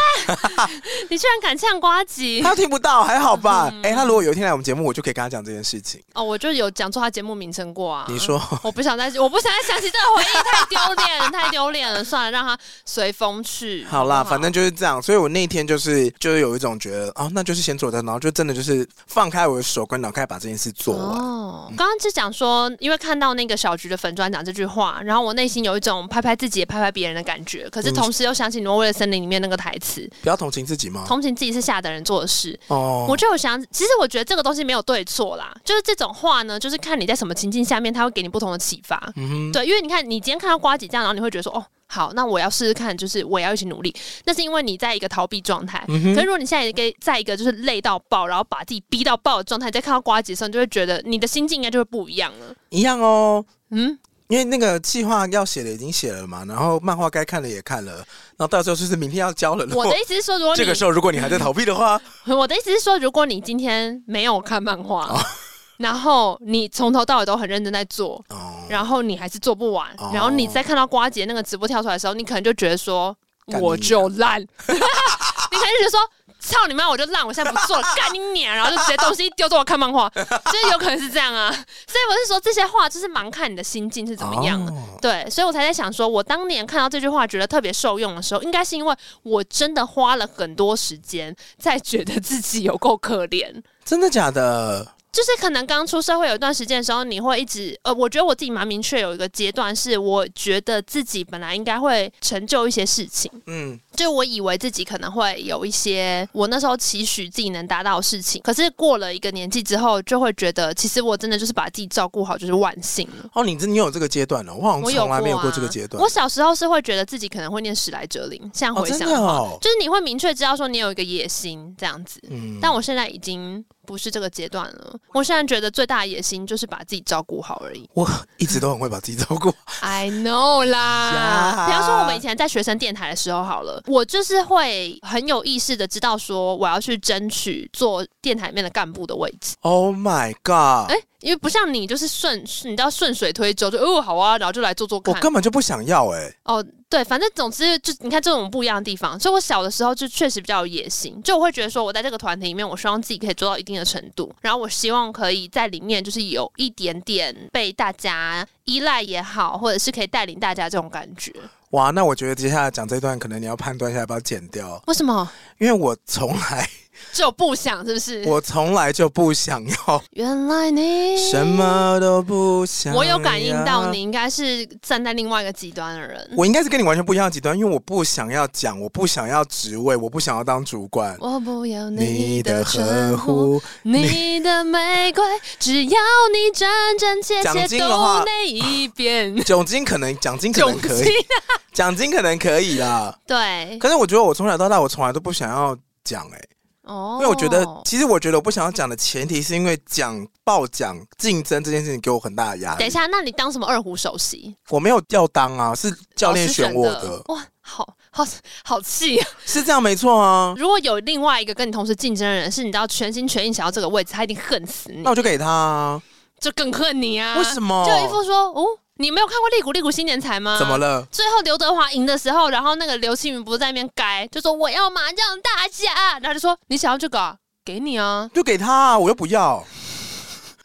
[SPEAKER 2] 你居然敢呛瓜吉？
[SPEAKER 1] 他听不到，还好吧？
[SPEAKER 2] 嗯
[SPEAKER 1] 哎、他如果有一天来我们节目，我就可以跟他讲这件事情。
[SPEAKER 2] 哦，我就有讲错他节目名称过啊。
[SPEAKER 1] 你说，
[SPEAKER 2] 我不想再，我不想再想起这个回忆，太丢脸，太丢脸了。算了，让他随风去。
[SPEAKER 1] 好啦，
[SPEAKER 2] 不
[SPEAKER 1] 反正就是这样。所以我那天就是就是有一种觉得，哦，那就是先做的，然后就真的就是放开我的手跟脑，开始把这件事做完。
[SPEAKER 2] 哦，刚刚是讲说，因为看到那个小菊的粉砖讲这句话，然后我内心有一种拍拍自己也拍拍别人的感觉，可是同时又想起《挪威的森林》里面那个台词，
[SPEAKER 1] 不要同情自己吗？
[SPEAKER 2] 同情自己是下等人做的事。
[SPEAKER 1] 啊哦，
[SPEAKER 2] 我就有想，其实我觉得这个东西没有对错啦，就是这种话呢，就是看你在什么情境下面，它会给你不同的启发。
[SPEAKER 1] 嗯哼，
[SPEAKER 2] 对，因为你看，你今天看到瓜姐这样，然后你会觉得说，哦，好，那我要试试看，就是我也要一起努力。那是因为你在一个逃避状态。
[SPEAKER 1] 嗯哼
[SPEAKER 2] 可是如果你现在给在一个就是累到爆，然后把自己逼到爆的状态，你再看到瓜姐的时候，你就会觉得你的心境应该就会不一样 了。
[SPEAKER 1] 一样哦。
[SPEAKER 2] 嗯，
[SPEAKER 1] 因为那个计划要写的已经写了嘛，然后漫画该看的也看了，然后到时候就是明天要交了。
[SPEAKER 2] 我的意思是说，如果你
[SPEAKER 1] 这个时候，如果你还在逃避的话，
[SPEAKER 2] 我的意思是说，如果你今天没有看漫 画，
[SPEAKER 1] 哦
[SPEAKER 2] 然后你从头到尾都很认真在做，
[SPEAKER 1] 哦，
[SPEAKER 2] 然后你还是做不完，
[SPEAKER 1] 哦
[SPEAKER 2] 然后你再看到瓜姐那个直播跳出来的时候，你可能就觉得说
[SPEAKER 1] 干你娘
[SPEAKER 2] 我就烂， 你可能就觉得说操你妈，我就烂，我现在不做了，干你娘，然后就直接东西丢着我看漫画， 就是有可能是这样啊。所以我是说这些话就是蛮看你的心境是怎么样的。
[SPEAKER 1] 哦
[SPEAKER 2] 对，所以我才在想说，我当年看到这句话觉得特别受用的时候，应该是因为我真的花了很多时间，在觉得自己有够可怜。
[SPEAKER 1] 真的假的？
[SPEAKER 2] 就是可能刚出社会有一段时间的时候，你会一直呃，我觉得我自己蛮明确有一个阶段，是我觉得自己本来应该会成就一些事情，
[SPEAKER 1] 嗯，
[SPEAKER 2] 就我以为自己可能会有一些我那时候期许自己能达到的事情，可是过了一个年纪之后，就会觉得其实我真的就是把自己照顾好就是万幸了。
[SPEAKER 1] 哦，你这你有这个阶段了、我好
[SPEAKER 2] 我
[SPEAKER 1] 像嗯从来没有
[SPEAKER 2] 啊
[SPEAKER 1] 过这个阶段
[SPEAKER 2] 我。小时候是会觉得自己可能会念史莱哲林，现在
[SPEAKER 1] 哦，
[SPEAKER 2] 回
[SPEAKER 1] 真
[SPEAKER 2] 想
[SPEAKER 1] 的
[SPEAKER 2] 的话，
[SPEAKER 1] 哦，
[SPEAKER 2] 就是你会明确知道说你有一个野心这样子。
[SPEAKER 1] 嗯，
[SPEAKER 2] 但我现在已经不是这个阶段了。我现在觉得最大的野心就是把自己照顾好而已。
[SPEAKER 1] 我一直都很会把自己照顾。
[SPEAKER 2] I know 啦，
[SPEAKER 1] 呀
[SPEAKER 2] 比方说我们以前在学生电台的时候好了，我就是会很有意识的知道说我要去争取做电台里面的干部的位置。
[SPEAKER 1] Oh my god！、
[SPEAKER 2] 哎、因为不像你就是顺，你知道顺水推舟，就哦好啊，然后就来做做
[SPEAKER 1] 我
[SPEAKER 2] 看。
[SPEAKER 1] 根本就不想要哎、
[SPEAKER 2] 哦，对，反正总之就你看这种不一样的地方，所以我小的时候就确实比较有野心，就我会觉得说我在这个团体里面，我希望自己可以做到一定的程度，然后我希望可以在里面就是有一点点被大家依赖也好，或者是可以带领大家这种感觉。
[SPEAKER 1] 哇，那我觉得接下来讲这段，可能你要判断一下要不要剪掉，
[SPEAKER 2] 为什么
[SPEAKER 1] 因为我从来
[SPEAKER 2] 只有不想？是不是？
[SPEAKER 1] 我从来就不想要，
[SPEAKER 2] 原来你
[SPEAKER 1] 什？么都不想。
[SPEAKER 2] 嗯我有感应到你。应该是站在另外一个极端的人。
[SPEAKER 1] 我应该是跟你完全不一样的极端，因为我不想要讲，我不想要职位，我不想要当主管。
[SPEAKER 2] 我不要
[SPEAKER 1] 你
[SPEAKER 2] 你
[SPEAKER 1] 的
[SPEAKER 2] 的
[SPEAKER 1] 呵
[SPEAKER 2] 称呼，
[SPEAKER 1] 护，
[SPEAKER 2] 你的玫瑰，只要你真真切
[SPEAKER 1] 讲
[SPEAKER 2] 切
[SPEAKER 1] 金的话
[SPEAKER 2] 懂那一 边。
[SPEAKER 1] 奖金可能，奖金可能可以，奖金可能可以啦。
[SPEAKER 2] 对，
[SPEAKER 1] 可是我觉得我从小到大，我从来都不想要讲哎、
[SPEAKER 2] 哦
[SPEAKER 1] 因为我觉得，其实我觉得我不想要讲的前提是因为讲报奖竞争这件事情给我很大的压力。
[SPEAKER 2] 等一，下，那你当什么二胡首席？
[SPEAKER 1] 我没有吊当啊，是教练
[SPEAKER 2] 老师
[SPEAKER 1] 选我
[SPEAKER 2] 哦的
[SPEAKER 1] 的，
[SPEAKER 2] 哇，好好好气、啊！
[SPEAKER 1] 是这样没错啊。
[SPEAKER 2] 如果有另外一个跟你同时竞争的人，是你知道全心全意想要这个位置，他一定恨死你
[SPEAKER 1] 那，我就给他啊，
[SPEAKER 2] 就更恨你啊！
[SPEAKER 1] 为什？么？
[SPEAKER 2] 就有一副说，哦，你没有看过《利古利古新年财》吗？
[SPEAKER 1] 怎么？了？
[SPEAKER 2] 最后刘德华赢的时候，然后那个刘青云不是在那边改，就说我要麻将大家，然后就说你想要这个啊，给你啊。
[SPEAKER 1] 就给他、啊，我又不要。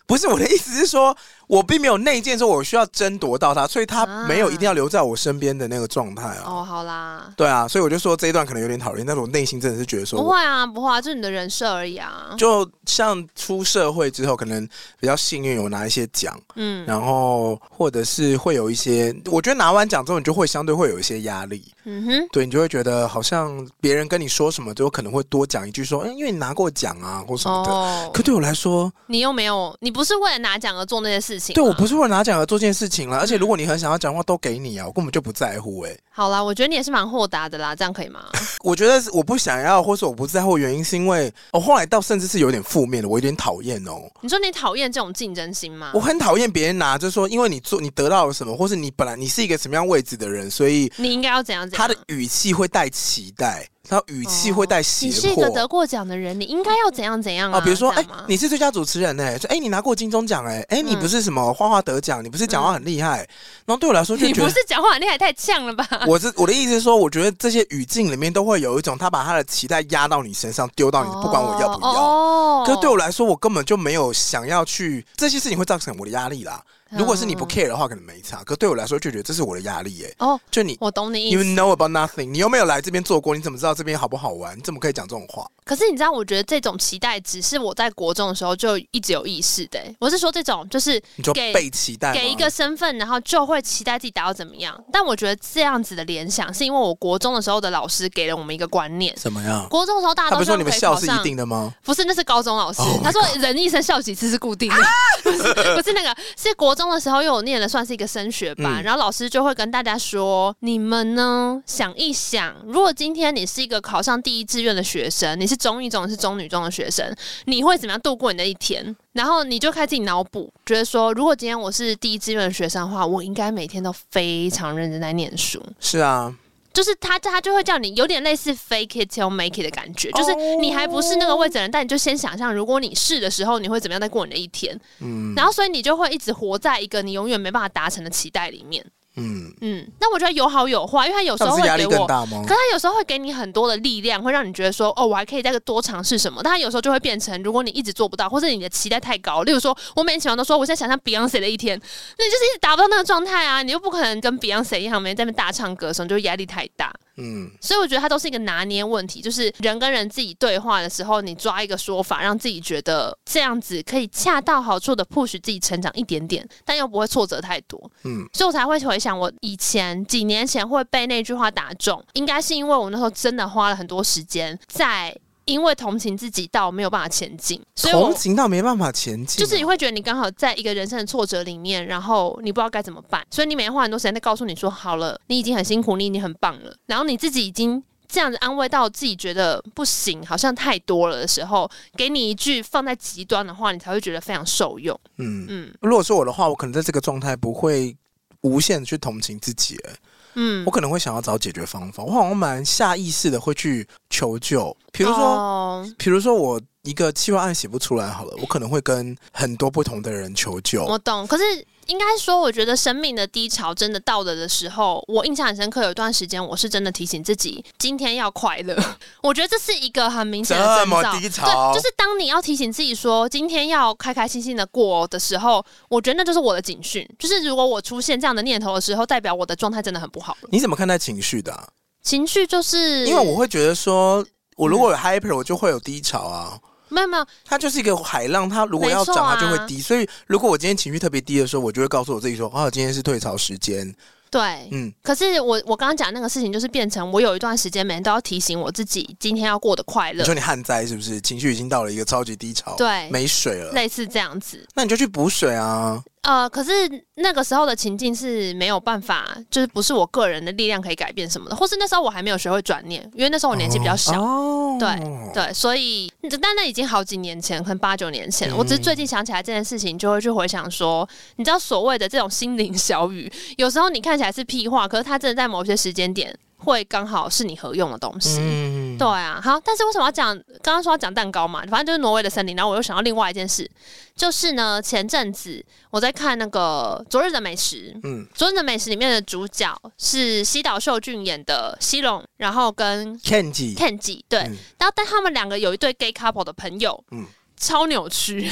[SPEAKER 1] 不是我的意思是说，我并没有内建说我需要争夺到他，所以他
[SPEAKER 2] 啊
[SPEAKER 1] 没有一定要留在我身边的那个状态啊。
[SPEAKER 2] 哦，好啦，
[SPEAKER 1] 对啊，所以我就说这一段可能有点讨厌，但是我内心真的是觉得说
[SPEAKER 2] 不
[SPEAKER 1] 我，
[SPEAKER 2] 会啊，不会啊，就是你的人设而已啊。
[SPEAKER 1] 就像出社会之后，可能比较幸运有拿一些奖，
[SPEAKER 2] 嗯
[SPEAKER 1] 然后或者是会有一些，我觉得拿完奖之后，你就会相对会有一些压力，
[SPEAKER 2] 嗯哼，
[SPEAKER 1] 对你就会觉得好像别人跟你说什么，就可能会多讲一句说，嗯，因为你拿过奖啊或什么的。
[SPEAKER 2] 哦
[SPEAKER 1] 可，对我来说，
[SPEAKER 2] 你又没有，你不是为了拿奖而做那些事情。啊
[SPEAKER 1] 对我不。是为了拿奖而做这件事情了，而且如果你很想要讲话，都给你啊，我根本就不在乎哎、
[SPEAKER 2] 好啦，我觉得你也是蛮豁达的啦，这样可以 吗？
[SPEAKER 1] 我觉得是我不想要，或是我不在乎，原因是因为我、后来到甚至是有点负面的，我有点讨厌哦。
[SPEAKER 2] 你说你讨厌这种竞争心吗
[SPEAKER 1] 我？很讨厌别人拿，就是说因为你做你得到了什么，或是你本来你是一个什么样位置的人，所以
[SPEAKER 2] 你应该要怎样怎
[SPEAKER 1] 他
[SPEAKER 2] 样
[SPEAKER 1] 的？语气会带期待，然后语气会带胁
[SPEAKER 2] 哦你是一个得
[SPEAKER 1] 迫。
[SPEAKER 2] 过奖的人，你应该要怎样怎样啊？
[SPEAKER 1] 啊，比如说，
[SPEAKER 2] 这
[SPEAKER 1] 哎、
[SPEAKER 2] 样吗嗯
[SPEAKER 1] 你是最佳主持人哎、就哎、你拿过金钟奖哎，哎、你不是什么画画得奖，你不是讲话很厉害、然后对我来说就
[SPEAKER 2] 你
[SPEAKER 1] 觉
[SPEAKER 2] 不
[SPEAKER 1] 得，
[SPEAKER 2] 是讲话很厉害，太呛了吧？
[SPEAKER 1] 我是我的意思是说，我觉得这些语境里面都会有一种他把他的期待压到你身上，丢哦到你，不管我要不要。
[SPEAKER 2] 哦
[SPEAKER 1] 可是对我来说，我根本就没有想要去这些事情会造成我的压力啦。如果是
[SPEAKER 2] 嗯
[SPEAKER 1] 你不 care 的话，可能没差。可对我来说，就觉得这是我的压力耶、哎
[SPEAKER 2] 哦，
[SPEAKER 1] 就你
[SPEAKER 2] 我懂你意
[SPEAKER 1] ，you
[SPEAKER 2] 思。
[SPEAKER 1] know about nothing，你又没有来这边做过，你怎么知道这边好不好玩？你怎么可以讲这种话？
[SPEAKER 2] 可是你知道，我觉得这种期待只是我在国中的时候就一直有意识的、欸我是说，这种就是
[SPEAKER 1] 你就
[SPEAKER 2] 给
[SPEAKER 1] 被期待吗
[SPEAKER 2] 给一个身份，然后就会期待自己达到怎么样。但我觉得这样子的联想，是因为我国中的时候的老师给了我们一个观念。
[SPEAKER 1] 怎么样？
[SPEAKER 2] 国中的时候，大家
[SPEAKER 1] 他
[SPEAKER 2] 都
[SPEAKER 1] 不是
[SPEAKER 2] 希
[SPEAKER 1] 说
[SPEAKER 2] 望
[SPEAKER 1] 你们
[SPEAKER 2] 可以
[SPEAKER 1] 笑
[SPEAKER 2] 考
[SPEAKER 1] 是
[SPEAKER 2] 上
[SPEAKER 1] 一定的吗？
[SPEAKER 2] 不是，那是高中老师。
[SPEAKER 1] Oh my 啊
[SPEAKER 2] 他说人一生笑几次是固定的， 不是不是那个，是国中的时候，因为我念的算是一个升学班，
[SPEAKER 1] 嗯
[SPEAKER 2] 然后老师就会跟大家说，你们呢想一想，如果今天你是一个考上第一志愿的学生，你是中一中，你是中女中的学生，你会怎么样度过你的一天？然后你就开始自己脑补，觉得说，如果今天我是第一志愿的学生的话，我应该每天都非常认真在念书。
[SPEAKER 1] 是啊，
[SPEAKER 2] 就是他他就会叫你有点类似 fake it till make it 的感
[SPEAKER 1] 哦
[SPEAKER 2] 觉，就是你还不是那个位置的人，但你就先想象，如果你是的时候，你会怎么样再过你的一天，
[SPEAKER 1] 嗯
[SPEAKER 2] 然后所以你就会一直活在一个你永远没办法达成的期待里面。
[SPEAKER 1] 嗯，
[SPEAKER 2] 嗯，那我觉得有好有坏，因为他有时
[SPEAKER 1] 那
[SPEAKER 2] 候
[SPEAKER 1] 不是
[SPEAKER 2] 会
[SPEAKER 1] 压
[SPEAKER 2] 给
[SPEAKER 1] 力更
[SPEAKER 2] 我。
[SPEAKER 1] 大吗
[SPEAKER 2] 可？他有时候会给你很多的力量，会让你觉得说，哦，我还可以再多尝试什么。但他有时候就会变成，如果你一直做不到，或者你的期待太高，例如说，我每天起床都说我现在想象 Beyonce 的一天，那你就是一直达不到那个状态啊，你又不可能跟 Beyonce 一样，每天在那边大唱歌的时候，你就会压力太大。
[SPEAKER 1] 嗯，
[SPEAKER 2] 所以我觉得它都是一个拿捏问题，就是人跟人自己对话的时候，你抓一个说法，让自己觉得这样子可以恰到好处的 push 自己成长一点点，但又不会挫折太多。
[SPEAKER 1] 嗯
[SPEAKER 2] 嗯，所以我才会回想我以前几年前会被那句话打中，应该是因为我那时候真的花了很多时间在。因为同情自己到没有办法前进，所以我
[SPEAKER 1] 同情到没办法前进啊，
[SPEAKER 2] 就是你会觉得你刚好在一个人生的挫折里面，然后你不知道该怎么办，所以你每天花很多时间在告诉你说，好了，你已经很辛苦，你已经很棒了，然后你自己已经。这样子安慰到自己觉得不行，好像太多了的时候，给你一句放在极端的话，你才会觉得非常受用。
[SPEAKER 1] 嗯。
[SPEAKER 2] 嗯
[SPEAKER 1] 如果是我的话，我可能在这个状态不会无限的去同情自己、欸
[SPEAKER 2] 嗯
[SPEAKER 1] 我，可能会想要找解决方法。我好像蛮下意识的会去求救，比
[SPEAKER 2] 比
[SPEAKER 1] 如说，
[SPEAKER 2] 说
[SPEAKER 1] 比、如说我一个计划案写不出来好了，我可能会跟很多不同的人求救。
[SPEAKER 2] 我懂，可是应该说，我觉得生命的低潮真的到了的时候，我印象很深刻。有一段时间，我是真的提醒自己，今天要快乐。 我觉得这是一个很明显的
[SPEAKER 1] 这
[SPEAKER 2] 征
[SPEAKER 1] 么
[SPEAKER 2] 兆。
[SPEAKER 1] 低潮
[SPEAKER 2] 对，就是当你要提醒自己说今天要开开心心的过的时候，我觉得那就是我的警讯。就是如果我出现这样的念头的时候，代表我的状态真的很不好了。
[SPEAKER 1] 你怎么看待情绪的啊、
[SPEAKER 2] 情绪就是嗯
[SPEAKER 1] 因为我会觉得说，我如果有 hyper，我就会有低潮啊。
[SPEAKER 2] 没有没有
[SPEAKER 1] 它就是一个海浪，它如果要涨，
[SPEAKER 2] 没错啊
[SPEAKER 1] 它就会低。所以，如果我今天情绪特别低的时候，我就会告诉我自己说：“啊，今天是退潮时间。
[SPEAKER 2] 对”。
[SPEAKER 1] 嗯，
[SPEAKER 2] 可是我我刚刚讲那个事情，就是变成我有一段时间每天都要提醒我自己，今天要过得快
[SPEAKER 1] 你
[SPEAKER 2] 乐
[SPEAKER 1] 说，你旱灾是不是？情绪已经到了一个超级低潮，
[SPEAKER 2] 对
[SPEAKER 1] 没水了，
[SPEAKER 2] 类似这样子。
[SPEAKER 1] 那你就去补水啊。
[SPEAKER 2] 呃，可是那个时候的情境是没有办法，就是不是我个人的力量可以改变什么的，或是那时候我还没有学会转念，因为那时候我年纪比较小，
[SPEAKER 1] 哦，
[SPEAKER 2] 对对，所以但那已经好几年前，可能八九年前了，我只是最近想起来这件事情，就会去回想说，你知道所谓的这种心灵小语，有时候你看起来是屁话，可是它真的在某些时间点会刚好是你合用的东西。
[SPEAKER 1] 嗯
[SPEAKER 2] 对啊，好，但是为什么要讲？刚刚说要讲蛋糕嘛，反正就是挪威的森林。然后我又想到另外一件事，就是呢，前阵子我在看那个《昨日的美食》，
[SPEAKER 1] 嗯
[SPEAKER 2] 《昨日的美食》里面的主角是西岛秀俊演的西龙，然后跟
[SPEAKER 1] Kenji，
[SPEAKER 2] Kenji 对，
[SPEAKER 1] 嗯
[SPEAKER 2] 然后但他们两个有一对 gay couple 的朋友，
[SPEAKER 1] 嗯
[SPEAKER 2] 超 扭曲，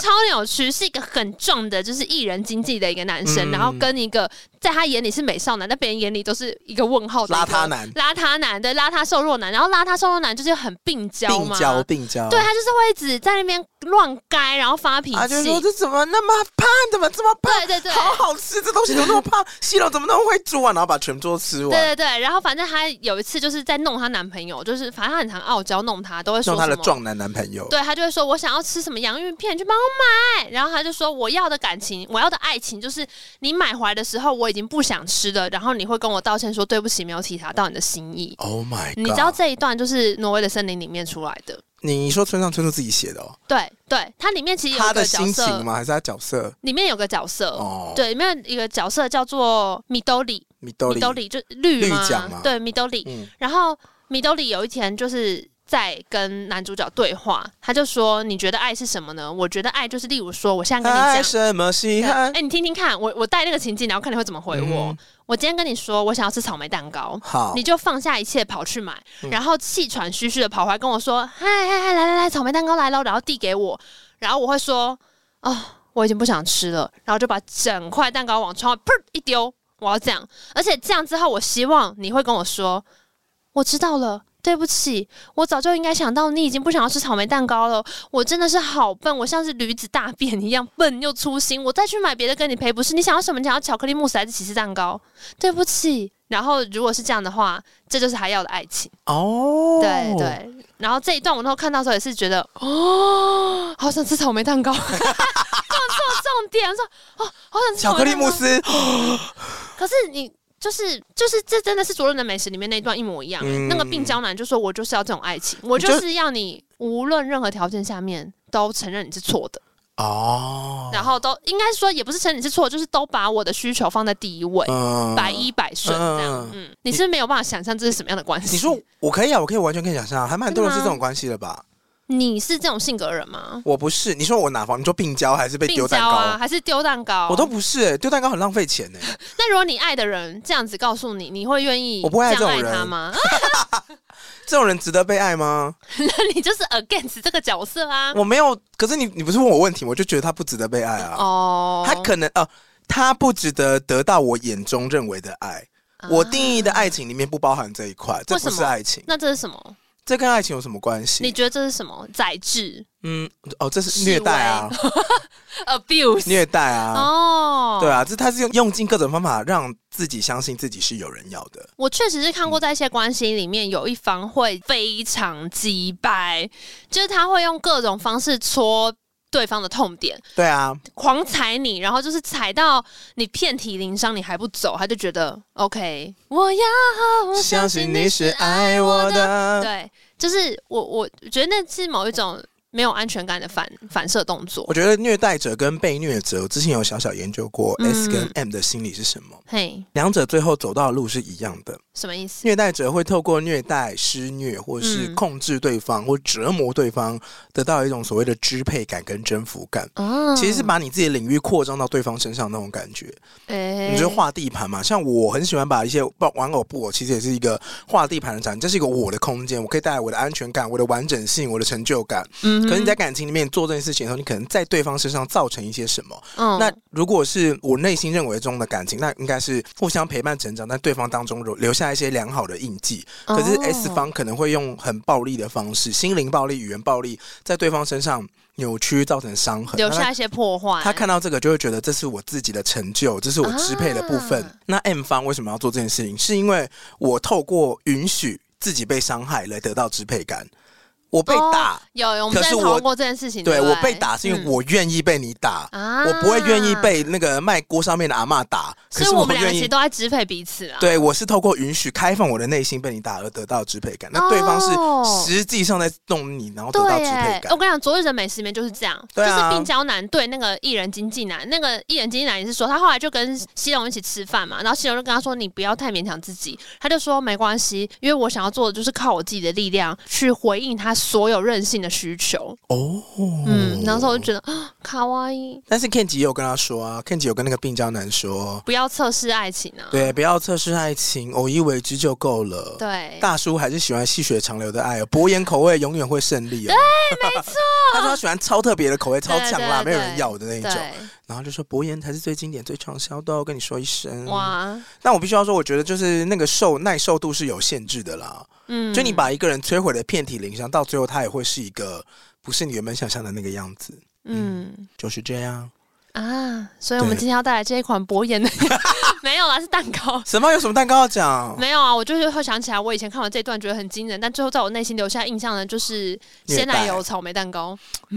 [SPEAKER 2] 超扭曲，是一个很壮的，就是艺人经纪的一个男
[SPEAKER 1] 嗯
[SPEAKER 2] 生，然后跟一个在他眼里是美少男，但别人眼里都是一个问号的一个
[SPEAKER 1] 邋遢男
[SPEAKER 2] 邋遢男对邋遢瘦弱男，然后邋遢瘦弱男就是很病娇
[SPEAKER 1] 病
[SPEAKER 2] 嘛，
[SPEAKER 1] 娇病娇，
[SPEAKER 2] 对他就是会一直在那边乱该，然后发脾气，
[SPEAKER 1] 啊，就是说这怎么那么胖，怎么这么胖，
[SPEAKER 2] 对对 对，
[SPEAKER 1] 好好吃，这东西怎么那么胖，西龙怎么那么会煮啊，然后把全桌吃完，
[SPEAKER 2] 对对对，然后反正她有一次就是在弄她男朋友，就是反正她很常傲娇弄她，都会说
[SPEAKER 1] 弄她的
[SPEAKER 2] 什么
[SPEAKER 1] 壮男男朋友，
[SPEAKER 2] 对他就会说：“我想要吃什么洋芋片，你去帮我买。”然后他就说：“我要的感情，我要的爱情，就是你买回来的时候我已经不想吃了，然后你会跟我道歉说对不起，没有体察到你的心意。
[SPEAKER 1] ，Oh my God，
[SPEAKER 2] 你知道这一段就是《挪威的森林》里面出来的，
[SPEAKER 1] 你说村上春树自己写的哦，
[SPEAKER 2] 对对，它里面其实有
[SPEAKER 1] 他
[SPEAKER 2] 一
[SPEAKER 1] 的
[SPEAKER 2] 个角
[SPEAKER 1] 心情
[SPEAKER 2] 色，
[SPEAKER 1] 吗？还是他角色？
[SPEAKER 2] 里面有个角色，
[SPEAKER 1] 哦，，
[SPEAKER 2] 对，里面有一个角色叫做米兜里，
[SPEAKER 1] 米兜
[SPEAKER 2] 米兜
[SPEAKER 1] 里，
[SPEAKER 2] 里就绿
[SPEAKER 1] 绿
[SPEAKER 2] 嘛，
[SPEAKER 1] 奖嘛
[SPEAKER 2] 对，米兜里。
[SPEAKER 1] 嗯
[SPEAKER 2] 然后米兜里有一天就是在跟男主角对话，他就说：“你觉得爱是什么呢？”我觉得爱就是，例如说，我现在跟你
[SPEAKER 1] 爱
[SPEAKER 2] 讲，
[SPEAKER 1] 什么稀
[SPEAKER 2] 对哎、
[SPEAKER 1] 罕？
[SPEAKER 2] 你听听看，我我带那个情境，然后看你会怎么回我。
[SPEAKER 1] 嗯
[SPEAKER 2] 我今天跟你说，我想要吃草莓蛋糕，
[SPEAKER 1] 好
[SPEAKER 2] 你，就放下一切跑去买，然后气喘吁吁的跑回来跟我说：“嗨嗨嗨，来来来，草莓蛋糕来喽！”然后递给我，然后我会说：“哦，我已经不想吃了。”然后就把整块蛋糕往窗外砰一丢。我要这样，而且这样之后，我希望你会跟我说：“我知道了。”对不起，我早就应该想到你已经不想要吃草莓蛋糕了。我真的是好笨，我像是驴子大便一样笨又粗心。我再去买别的跟你赔不是？你想要什么？你想要巧克力慕斯还是起司蛋糕？对不起。然后如果是这样的话，这就是他要的爱情。
[SPEAKER 1] 哦，
[SPEAKER 2] 对，对。然后这一段我那时候看到的时候也是觉得，哦，好想吃草莓 蛋糕，放错重点，说哦，好想吃
[SPEAKER 1] 巧克力
[SPEAKER 2] 草莓
[SPEAKER 1] 慕。
[SPEAKER 2] 蛋糕
[SPEAKER 1] 斯，
[SPEAKER 2] 可是你就是就是这真的是《灼热的美食》里面那一段一模一样、
[SPEAKER 1] 嗯
[SPEAKER 2] 那个病娇男就说：“我就是要这种爱情，我
[SPEAKER 1] 就
[SPEAKER 2] 就是要你无论任何条件下面都承认你是错的，
[SPEAKER 1] 哦，
[SPEAKER 2] 然后都应该说也不是承认你是错，就是都把我的需求放在第一位。
[SPEAKER 1] 嗯
[SPEAKER 2] 百依百顺这样，嗯，你是不是没有办法想象这是什么样的关系。
[SPEAKER 1] 你说我可以啊，我可以完全可以想象啊，还蛮多人是
[SPEAKER 2] 真
[SPEAKER 1] 这
[SPEAKER 2] 的吗
[SPEAKER 1] 种关系的吧？
[SPEAKER 2] 你是这种性格人吗？
[SPEAKER 1] 我不是，你说我哪方？你说病娇还是被
[SPEAKER 2] 病
[SPEAKER 1] 丢蛋
[SPEAKER 2] 娇啊，
[SPEAKER 1] 糕？
[SPEAKER 2] 还是丢蛋糕？
[SPEAKER 1] 我都不是、欸，丢蛋糕很浪费钱欸呢、
[SPEAKER 2] 那如果你爱的人这样子告诉你，你会愿意
[SPEAKER 1] 我不会爱这种
[SPEAKER 2] 样
[SPEAKER 1] 人
[SPEAKER 2] 他吗？ 啊
[SPEAKER 1] 这种人值得被爱吗？
[SPEAKER 2] 那你就是 against 这个角色啊。
[SPEAKER 1] 我没有，可是你你不是问我问题，我就觉得他不值得被爱啊。
[SPEAKER 2] 哦，
[SPEAKER 1] 他可能呃，他不值得得到我眼中认为的爱。
[SPEAKER 2] 啊
[SPEAKER 1] 我定义的爱情里面不包含这一块，这
[SPEAKER 2] 为什
[SPEAKER 1] 不
[SPEAKER 2] 么
[SPEAKER 1] 是爱情，
[SPEAKER 2] 那这是什么？
[SPEAKER 1] 这跟爱情有什么关
[SPEAKER 2] 你
[SPEAKER 1] 系？
[SPEAKER 2] 觉得这是什么？宰制
[SPEAKER 1] 嗯，哦，这是
[SPEAKER 2] 示
[SPEAKER 1] 虐待啊，
[SPEAKER 2] abuse？
[SPEAKER 1] 虐待啊，
[SPEAKER 2] 哦，
[SPEAKER 1] 对啊，这他是用用尽各种方法让自己相信自己是有人要的。
[SPEAKER 2] 我确实是看过，在一些关系里面，有一方会非常击败，就是他会用各种方式戳对方的痛点，
[SPEAKER 1] 对啊，
[SPEAKER 2] 狂踩你，然后就是踩到你遍体鳞伤，你还不走，他就觉得 OK，我要
[SPEAKER 1] 相信你是爱我的。
[SPEAKER 2] 对，就是我我觉得那是某一种没有安全感的反反射动作
[SPEAKER 1] 我。觉得虐待者跟被虐者，我之前有小小研究过
[SPEAKER 2] 嗯
[SPEAKER 1] S 跟 M 的心理是什么，
[SPEAKER 2] 嘿，
[SPEAKER 1] 两者最后走到的路是一样的。
[SPEAKER 2] 什么意思？
[SPEAKER 1] 虐待者会透过虐待、施虐，或是
[SPEAKER 2] 嗯
[SPEAKER 1] 控制对方，或折磨对方，得到一种所谓的支配感跟征服感。
[SPEAKER 2] 哦
[SPEAKER 1] 其实是把你自己的领域扩张到对方身上那种感觉，
[SPEAKER 2] 哎
[SPEAKER 1] 你就画地盘嘛。像我很喜欢把一些玩玩偶布偶，其实也是一个画地盘的展示，这是一个我的空间，我可以带来我的安全感、我的完整性、我的成就感。
[SPEAKER 2] 嗯哼
[SPEAKER 1] 可是你在感情里面做这件事情的时候，你可能在对方身上造成一些什么？
[SPEAKER 2] 嗯
[SPEAKER 1] 那如果是我内心认为中的感情，那应该是互相陪伴成长，但对方当中留留下一些良好的印记。可是
[SPEAKER 2] 哦
[SPEAKER 1] S 方可能会用很暴力的方式，心灵暴力、语言暴力，在对方身上扭曲，造成伤痕。
[SPEAKER 2] 留
[SPEAKER 1] 那
[SPEAKER 2] 下
[SPEAKER 1] 他
[SPEAKER 2] 一些破坏。
[SPEAKER 1] 他看到这个就会觉得这是我自己的成就，这是我支配的部分。
[SPEAKER 2] 啊
[SPEAKER 1] 那 M 方为什么要做这件事情？是因为我透过允许自己被伤害来得到支配感，我被打。
[SPEAKER 2] 哦有，有我们
[SPEAKER 1] 可
[SPEAKER 2] 之
[SPEAKER 1] 是
[SPEAKER 2] 前
[SPEAKER 1] 我
[SPEAKER 2] 讨论过这件事情。
[SPEAKER 1] 对
[SPEAKER 2] 不
[SPEAKER 1] 我被打是因为
[SPEAKER 2] 嗯
[SPEAKER 1] 我愿意被你打，
[SPEAKER 2] 啊
[SPEAKER 1] 我不会愿意。被那个卖锅上面的阿嬷打。可
[SPEAKER 2] 所以
[SPEAKER 1] 是
[SPEAKER 2] 我们两个
[SPEAKER 1] 愿
[SPEAKER 2] 其实
[SPEAKER 1] 意，
[SPEAKER 2] 都在支配彼此啊。
[SPEAKER 1] 对我是透过允许开放我的内心被你打而得到支配感，那对方
[SPEAKER 2] 哦
[SPEAKER 1] 是实际上在动你，然后得到
[SPEAKER 2] 对
[SPEAKER 1] 支配
[SPEAKER 2] 耶，
[SPEAKER 1] 感
[SPEAKER 2] 我。跟你讲，《昨日的美食》里面就是这样，
[SPEAKER 1] 对啊
[SPEAKER 2] 就是病娇男对那个艺人经纪男，那个艺人经纪男也是说，他后来就跟西龙一起吃饭嘛，然后西龙就跟他说：“你不要太勉强自己。”他就说：“没关系，因为我想要做的就是靠我自己的力量去回应他所有任性的需求。
[SPEAKER 1] 哦，”
[SPEAKER 2] 嗯，然后我就觉得啊，卡哇伊，
[SPEAKER 1] 但是 Kenji 也有跟他说啊，Kenji 有跟那个病娇男说，
[SPEAKER 2] 不要测试爱情啊。
[SPEAKER 1] 对，不要测试爱情，偶一为之就够了。
[SPEAKER 2] 对，
[SPEAKER 1] 大叔还是喜欢细水长流的爱哦，薄盐口味永远会胜利哦。对，没错。 他说他喜欢超特别的口味，超
[SPEAKER 2] 对
[SPEAKER 1] 呛
[SPEAKER 2] 对
[SPEAKER 1] 辣，没有
[SPEAKER 2] 对
[SPEAKER 1] 人要的那一种。
[SPEAKER 2] 对，
[SPEAKER 1] 然后就说博言才是最经典、最畅销的哦，跟你说一声。哇！
[SPEAKER 2] 哇，
[SPEAKER 1] 但我必须要说，我觉得就是那个受耐受度是有限制的啦。
[SPEAKER 2] 嗯，
[SPEAKER 1] 就你把一个人摧毁的遍体鳞伤，到最后他也会是一个不是你原本想象的那个样子，
[SPEAKER 2] 嗯
[SPEAKER 1] 就是这样。
[SPEAKER 2] 啊，所以我们
[SPEAKER 1] 嗯对
[SPEAKER 2] 今天要带来这一款博 眼的，没有啦，是蛋糕。
[SPEAKER 1] 什么有什么蛋糕要讲？
[SPEAKER 2] 没有啊，我就是会想起来，我以前看完这段觉得很惊人，但最后在我内心留下印象的就是
[SPEAKER 1] 虐待
[SPEAKER 2] 鲜奶油草莓蛋糕。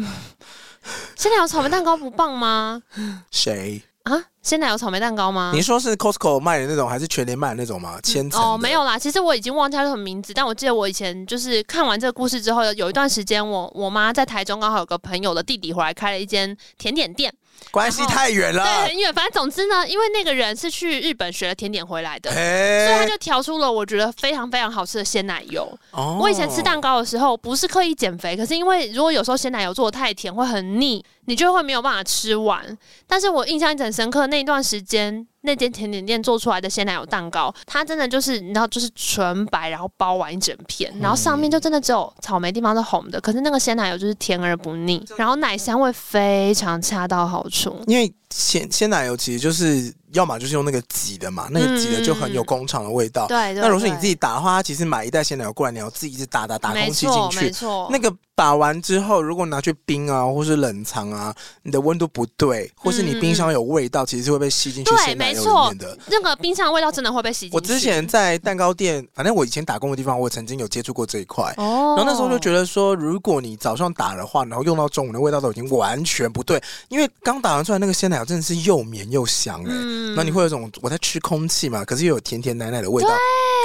[SPEAKER 2] 鲜奶油草莓蛋糕不棒吗？
[SPEAKER 1] 谁？
[SPEAKER 2] 啊，鲜奶油草莓蛋糕吗
[SPEAKER 1] 你？说是 Costco 卖的那种，还是全联卖的那种吗？千层的
[SPEAKER 2] 哦，没。有啦，其实我已经忘记它什么名字，但我记得我以前就是看完这个故事之后，有一段时间我我妈在台中刚好有个朋友的弟弟回来开了一间甜点店，
[SPEAKER 1] 关系太远了。
[SPEAKER 2] 对，很远。反正总之呢，因为那个人是去日本学了甜点回来的，所以
[SPEAKER 1] 哎
[SPEAKER 2] 他就调出了我觉得非常非常好吃的鲜奶油。
[SPEAKER 1] 哦
[SPEAKER 2] 我以前吃蛋糕的时候，不是刻意减肥，可是因为如果有时候鲜奶油做的太甜，会很腻，你就会没有办法吃完。但是我印象很深刻，那一段时间那间甜点店做出来的鲜奶油蛋糕，它真的就是你知道，就是纯白，然后包完一整片，然后上面
[SPEAKER 1] 嗯
[SPEAKER 2] 就真的只有草莓地方是红的，可是那个鲜奶油就是甜而不腻，然后奶香味非常恰到好处。
[SPEAKER 1] 因为鲜鲜奶油其实就是要么就是用那个挤的嘛，那个挤的就很有工厂的味道。
[SPEAKER 2] 嗯对对，
[SPEAKER 1] 哦那如果是你
[SPEAKER 2] 对
[SPEAKER 1] 自己打的话，它其实买一袋鲜奶油过来，你要自己一直打打打
[SPEAKER 2] 没
[SPEAKER 1] 空气
[SPEAKER 2] 错
[SPEAKER 1] 进
[SPEAKER 2] 没
[SPEAKER 1] 去。
[SPEAKER 2] 错，
[SPEAKER 1] 那个打完之后，如果拿去冰啊，或是冷藏啊，你的温度不对，或是你冰箱有味道，其实是会被吸进去
[SPEAKER 2] 嗯对
[SPEAKER 1] 鲜奶油
[SPEAKER 2] 没错
[SPEAKER 1] 里面的。
[SPEAKER 2] 那个冰箱的味道真的会被洗进去。
[SPEAKER 1] 我之前在蛋糕店，反正我以前打工的地方，我曾经有接触过这一块。
[SPEAKER 2] 哦
[SPEAKER 1] 然后那时候就觉得说，如果你早上打的话，然后用到中午的味道都已经完全不对，因为刚打完出来那个鲜奶油真的是又绵又香哎、
[SPEAKER 2] 嗯
[SPEAKER 1] 然后你会有一种我在吃空气嘛，可是又有甜甜奶奶的味道。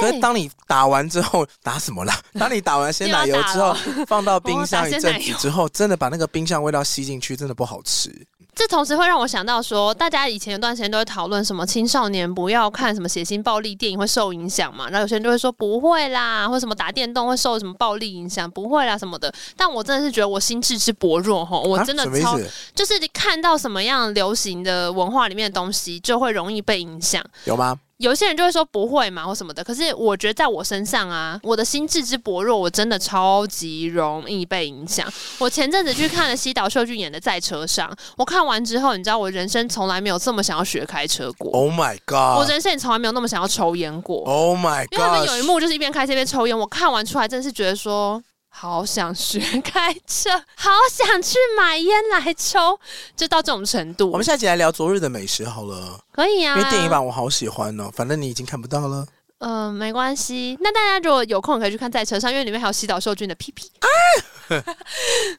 [SPEAKER 1] 可是当你打完之后，打什么 啦？当你打完鲜奶油之后，放到冰箱一阵子之后，真的把那个冰箱味道吸进去，真的不好吃。
[SPEAKER 2] 这同时会让我想到说，大家以前有段时间都会讨论什么青少年不要看什么血腥暴力电影会受影响嘛，然后有些人就会说不会啦，或什么打电动会受什么暴力影响，不会啦什么的。但我真的是觉得我心智之薄弱吼，我真的
[SPEAKER 1] 啊、什么意
[SPEAKER 2] 超、
[SPEAKER 1] 思？
[SPEAKER 2] 就是你看到什么样流行的文化里面的东西，就会容易被影响。
[SPEAKER 1] 有吗？
[SPEAKER 2] 有些人就会说不会嘛或什么的，可是我觉得在我身上啊，我的心智之薄弱，我真的超级容易被影响。我前阵子去看了西岛秀俊演的《在车上》，我看完之后，你知道我人生从来没有这么想要学开车过
[SPEAKER 1] Oh my
[SPEAKER 2] 我
[SPEAKER 1] god！
[SPEAKER 2] 人生也从来没有那么想要抽烟过。
[SPEAKER 1] Oh my
[SPEAKER 2] 因为他们有一
[SPEAKER 1] god！
[SPEAKER 2] 幕就是一边开车一边抽烟，我看完出来真的是觉得说。好想学开车， 好想去买烟来抽，就到这种程度。
[SPEAKER 1] 我们下集来聊昨日的美食好了，
[SPEAKER 2] 可以啊，
[SPEAKER 1] 因为电影版我好喜欢哦。反正你已经看不到了，
[SPEAKER 2] 嗯、没关系。那大家如果有空可以去看《在车上》，因为里面还有西岛秀俊的屁屁。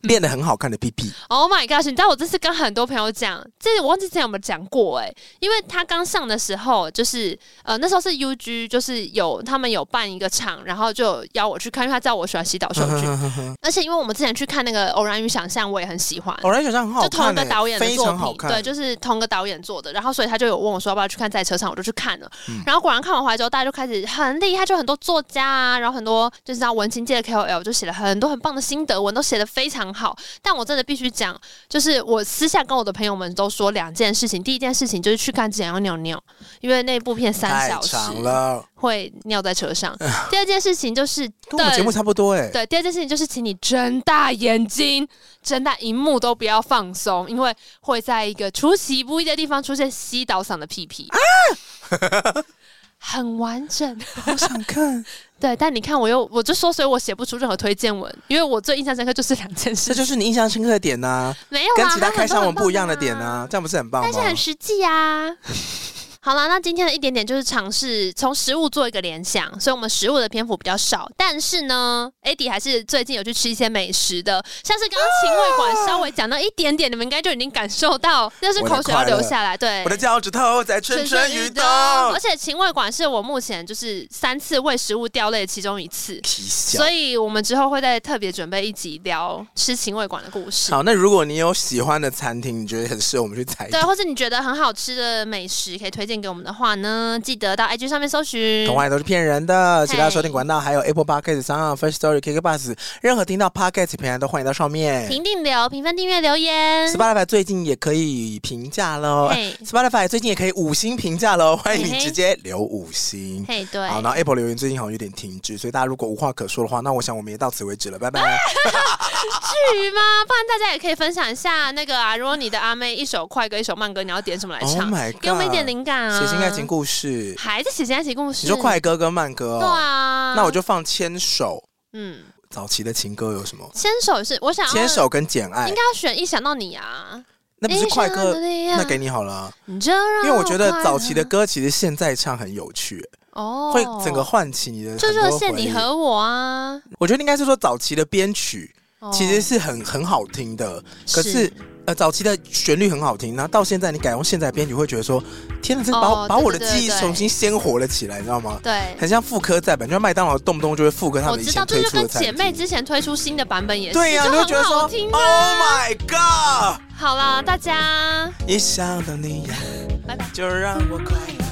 [SPEAKER 1] 练得很好看的屁屁。
[SPEAKER 2] Oh my gosh！你知道我这次跟很多朋友讲，这我忘记之前有没有讲过哎、因为他刚上的时候，就是呃那时候是 UG，就是有他们有办一个场，然后就邀我去看，因为他知道我喜欢西岛秀俊，而且因为我们之前去看那个《偶然与想象》，我也很喜欢。
[SPEAKER 1] 偶然想象很好
[SPEAKER 2] 哦就同
[SPEAKER 1] 看、
[SPEAKER 2] 一个
[SPEAKER 1] 欸，
[SPEAKER 2] 导演的
[SPEAKER 1] 非
[SPEAKER 2] 作
[SPEAKER 1] 常好
[SPEAKER 2] 品，
[SPEAKER 1] 看。
[SPEAKER 2] 对，就是同一个导演做的。然后所以他就有问我说要不要去看在车上，我就去看了。
[SPEAKER 1] 嗯
[SPEAKER 2] 然后果然看完回来之后，大家就开始很厉害，就很多作家啊，然后很多就是像文青界的 KOL 就写了很多很棒的心得文，都写的非常好。但我真的必须讲，就是我私下跟我的朋友们都说两件事情，第一件事情就是去看之前要尿尿，因为那部片三
[SPEAKER 1] 太
[SPEAKER 2] 小时
[SPEAKER 1] 长了，
[SPEAKER 2] 会尿在车上。第二件事情就是
[SPEAKER 1] 跟我们节目差不多哎、
[SPEAKER 2] 对，第二件事情就是，请你睁大眼睛，睁大荧幕都不要放松，因为会在一个出其不意的地方出现西岛嗓的屁屁。
[SPEAKER 1] 啊
[SPEAKER 2] 很完整，
[SPEAKER 1] 好想看，
[SPEAKER 2] 对，但你看，我又我就说，所以我写不出任何推荐文，因为我最印象深刻就是两件事
[SPEAKER 1] 这，就是你印象深刻的点呐、
[SPEAKER 2] 没有
[SPEAKER 1] 跟
[SPEAKER 2] 啦，
[SPEAKER 1] 其他
[SPEAKER 2] 还有
[SPEAKER 1] 开
[SPEAKER 2] 很多
[SPEAKER 1] 箱文
[SPEAKER 2] 很棒
[SPEAKER 1] 不一样的点
[SPEAKER 2] 啊，
[SPEAKER 1] 呐、这样不是很棒吗？
[SPEAKER 2] 但是很实际啊。 好啦，那今天的一点点就是尝试从食物做一个联想，所以我们食物的篇幅比较少。但是呢，Adi 还是最近有去吃一些美食的，像是刚刚秦味馆稍微讲到一点点，你们应该就已经感受到，就是口水要流下来。对
[SPEAKER 1] 我，的脚趾头在蠢蠢欲动，
[SPEAKER 2] 而且秦味馆是我目前就是三次为食物掉泪的其中一次，
[SPEAKER 1] 皮笑
[SPEAKER 2] 所。以我们之后会再特别准备一集聊吃秦味馆的故事。
[SPEAKER 1] 好，那如果你有喜欢的餐厅，你觉得很适合我们去采
[SPEAKER 2] 对，或是你觉得很好吃的美食可以推荐给我们的话呢，记得到 IG 上面搜寻
[SPEAKER 1] 童。话也都是骗人的，其他
[SPEAKER 2] 嘿
[SPEAKER 1] 收听管道还有 Apple Podcast、s o u n First Story、KK Bus，任何听到 Podcast 平台都欢迎到上面。
[SPEAKER 2] 评定留、评分、订阅、留言。
[SPEAKER 1] Spotify 最近也可以评价喽
[SPEAKER 2] 嘿
[SPEAKER 1] ，Spotify 最近也可以五星评价喽，欢迎
[SPEAKER 2] 嘿
[SPEAKER 1] 你
[SPEAKER 2] 嘿
[SPEAKER 1] 直接留五星。
[SPEAKER 2] 嘿，对，
[SPEAKER 1] 好，然后 Apple 留言最近好像有点停滞，所以大家如果无话可说的话，那我想我们也到此为止了，拜拜。
[SPEAKER 2] 至于吗？不然大家也可以分享一下那个啊，如果你的阿妹一首快歌一首慢歌，你要点什么来
[SPEAKER 1] Oh
[SPEAKER 2] 唱
[SPEAKER 1] my god，
[SPEAKER 2] 给我们一点灵感啊！
[SPEAKER 1] 写信爱情故事，
[SPEAKER 2] 还在写情爱情故事，
[SPEAKER 1] 你说快歌跟慢歌
[SPEAKER 2] 嗯对
[SPEAKER 1] 哦，
[SPEAKER 2] 啊，
[SPEAKER 1] 那我就放牵手。
[SPEAKER 2] 嗯，
[SPEAKER 1] 早期的情歌有什么？
[SPEAKER 2] 牵手是我想要
[SPEAKER 1] 牵，手跟简爱
[SPEAKER 2] 应该，要选一想到你啊，
[SPEAKER 1] 那不是快
[SPEAKER 2] 一想到
[SPEAKER 1] 歌，
[SPEAKER 2] 你啊
[SPEAKER 1] 那给你好了啊。
[SPEAKER 2] 你就让
[SPEAKER 1] 因为我觉得
[SPEAKER 2] 快乐
[SPEAKER 1] 早期的歌其实现在唱很有趣，
[SPEAKER 2] 哦，
[SPEAKER 1] 会整个唤起你的很
[SPEAKER 2] 就热
[SPEAKER 1] 多
[SPEAKER 2] 线
[SPEAKER 1] 回
[SPEAKER 2] 你
[SPEAKER 1] 忆。
[SPEAKER 2] 和我啊，
[SPEAKER 1] 我觉得应该是说早期的编曲
[SPEAKER 2] 哦
[SPEAKER 1] 其实是很很好听的，可
[SPEAKER 2] 是
[SPEAKER 1] 是呃早期的旋律很好听，然后到现在你改用现在的编曲，会觉得说天哪，这把
[SPEAKER 2] 哦
[SPEAKER 1] 我把我的
[SPEAKER 2] 对对对
[SPEAKER 1] 记忆
[SPEAKER 2] 对
[SPEAKER 1] 重新鲜活了起来，你知道吗？
[SPEAKER 2] 对。
[SPEAKER 1] 很像复刻再版，就像麦当劳动不动就会复刻他
[SPEAKER 2] 我
[SPEAKER 1] 们以
[SPEAKER 2] 知
[SPEAKER 1] 前
[SPEAKER 2] 道，这
[SPEAKER 1] 推
[SPEAKER 2] 就
[SPEAKER 1] 出的
[SPEAKER 2] 跟
[SPEAKER 1] 餐
[SPEAKER 2] 姐妹
[SPEAKER 1] 厅。
[SPEAKER 2] 之前推出新的版本也是，
[SPEAKER 1] 对呀、啊
[SPEAKER 2] 就
[SPEAKER 1] 你会觉得
[SPEAKER 2] 很
[SPEAKER 1] 说
[SPEAKER 2] 好听啊
[SPEAKER 1] ，Oh my God！
[SPEAKER 2] 好啦，大家
[SPEAKER 1] 一想到你呀，
[SPEAKER 2] 拜拜。
[SPEAKER 1] 就让我快乐。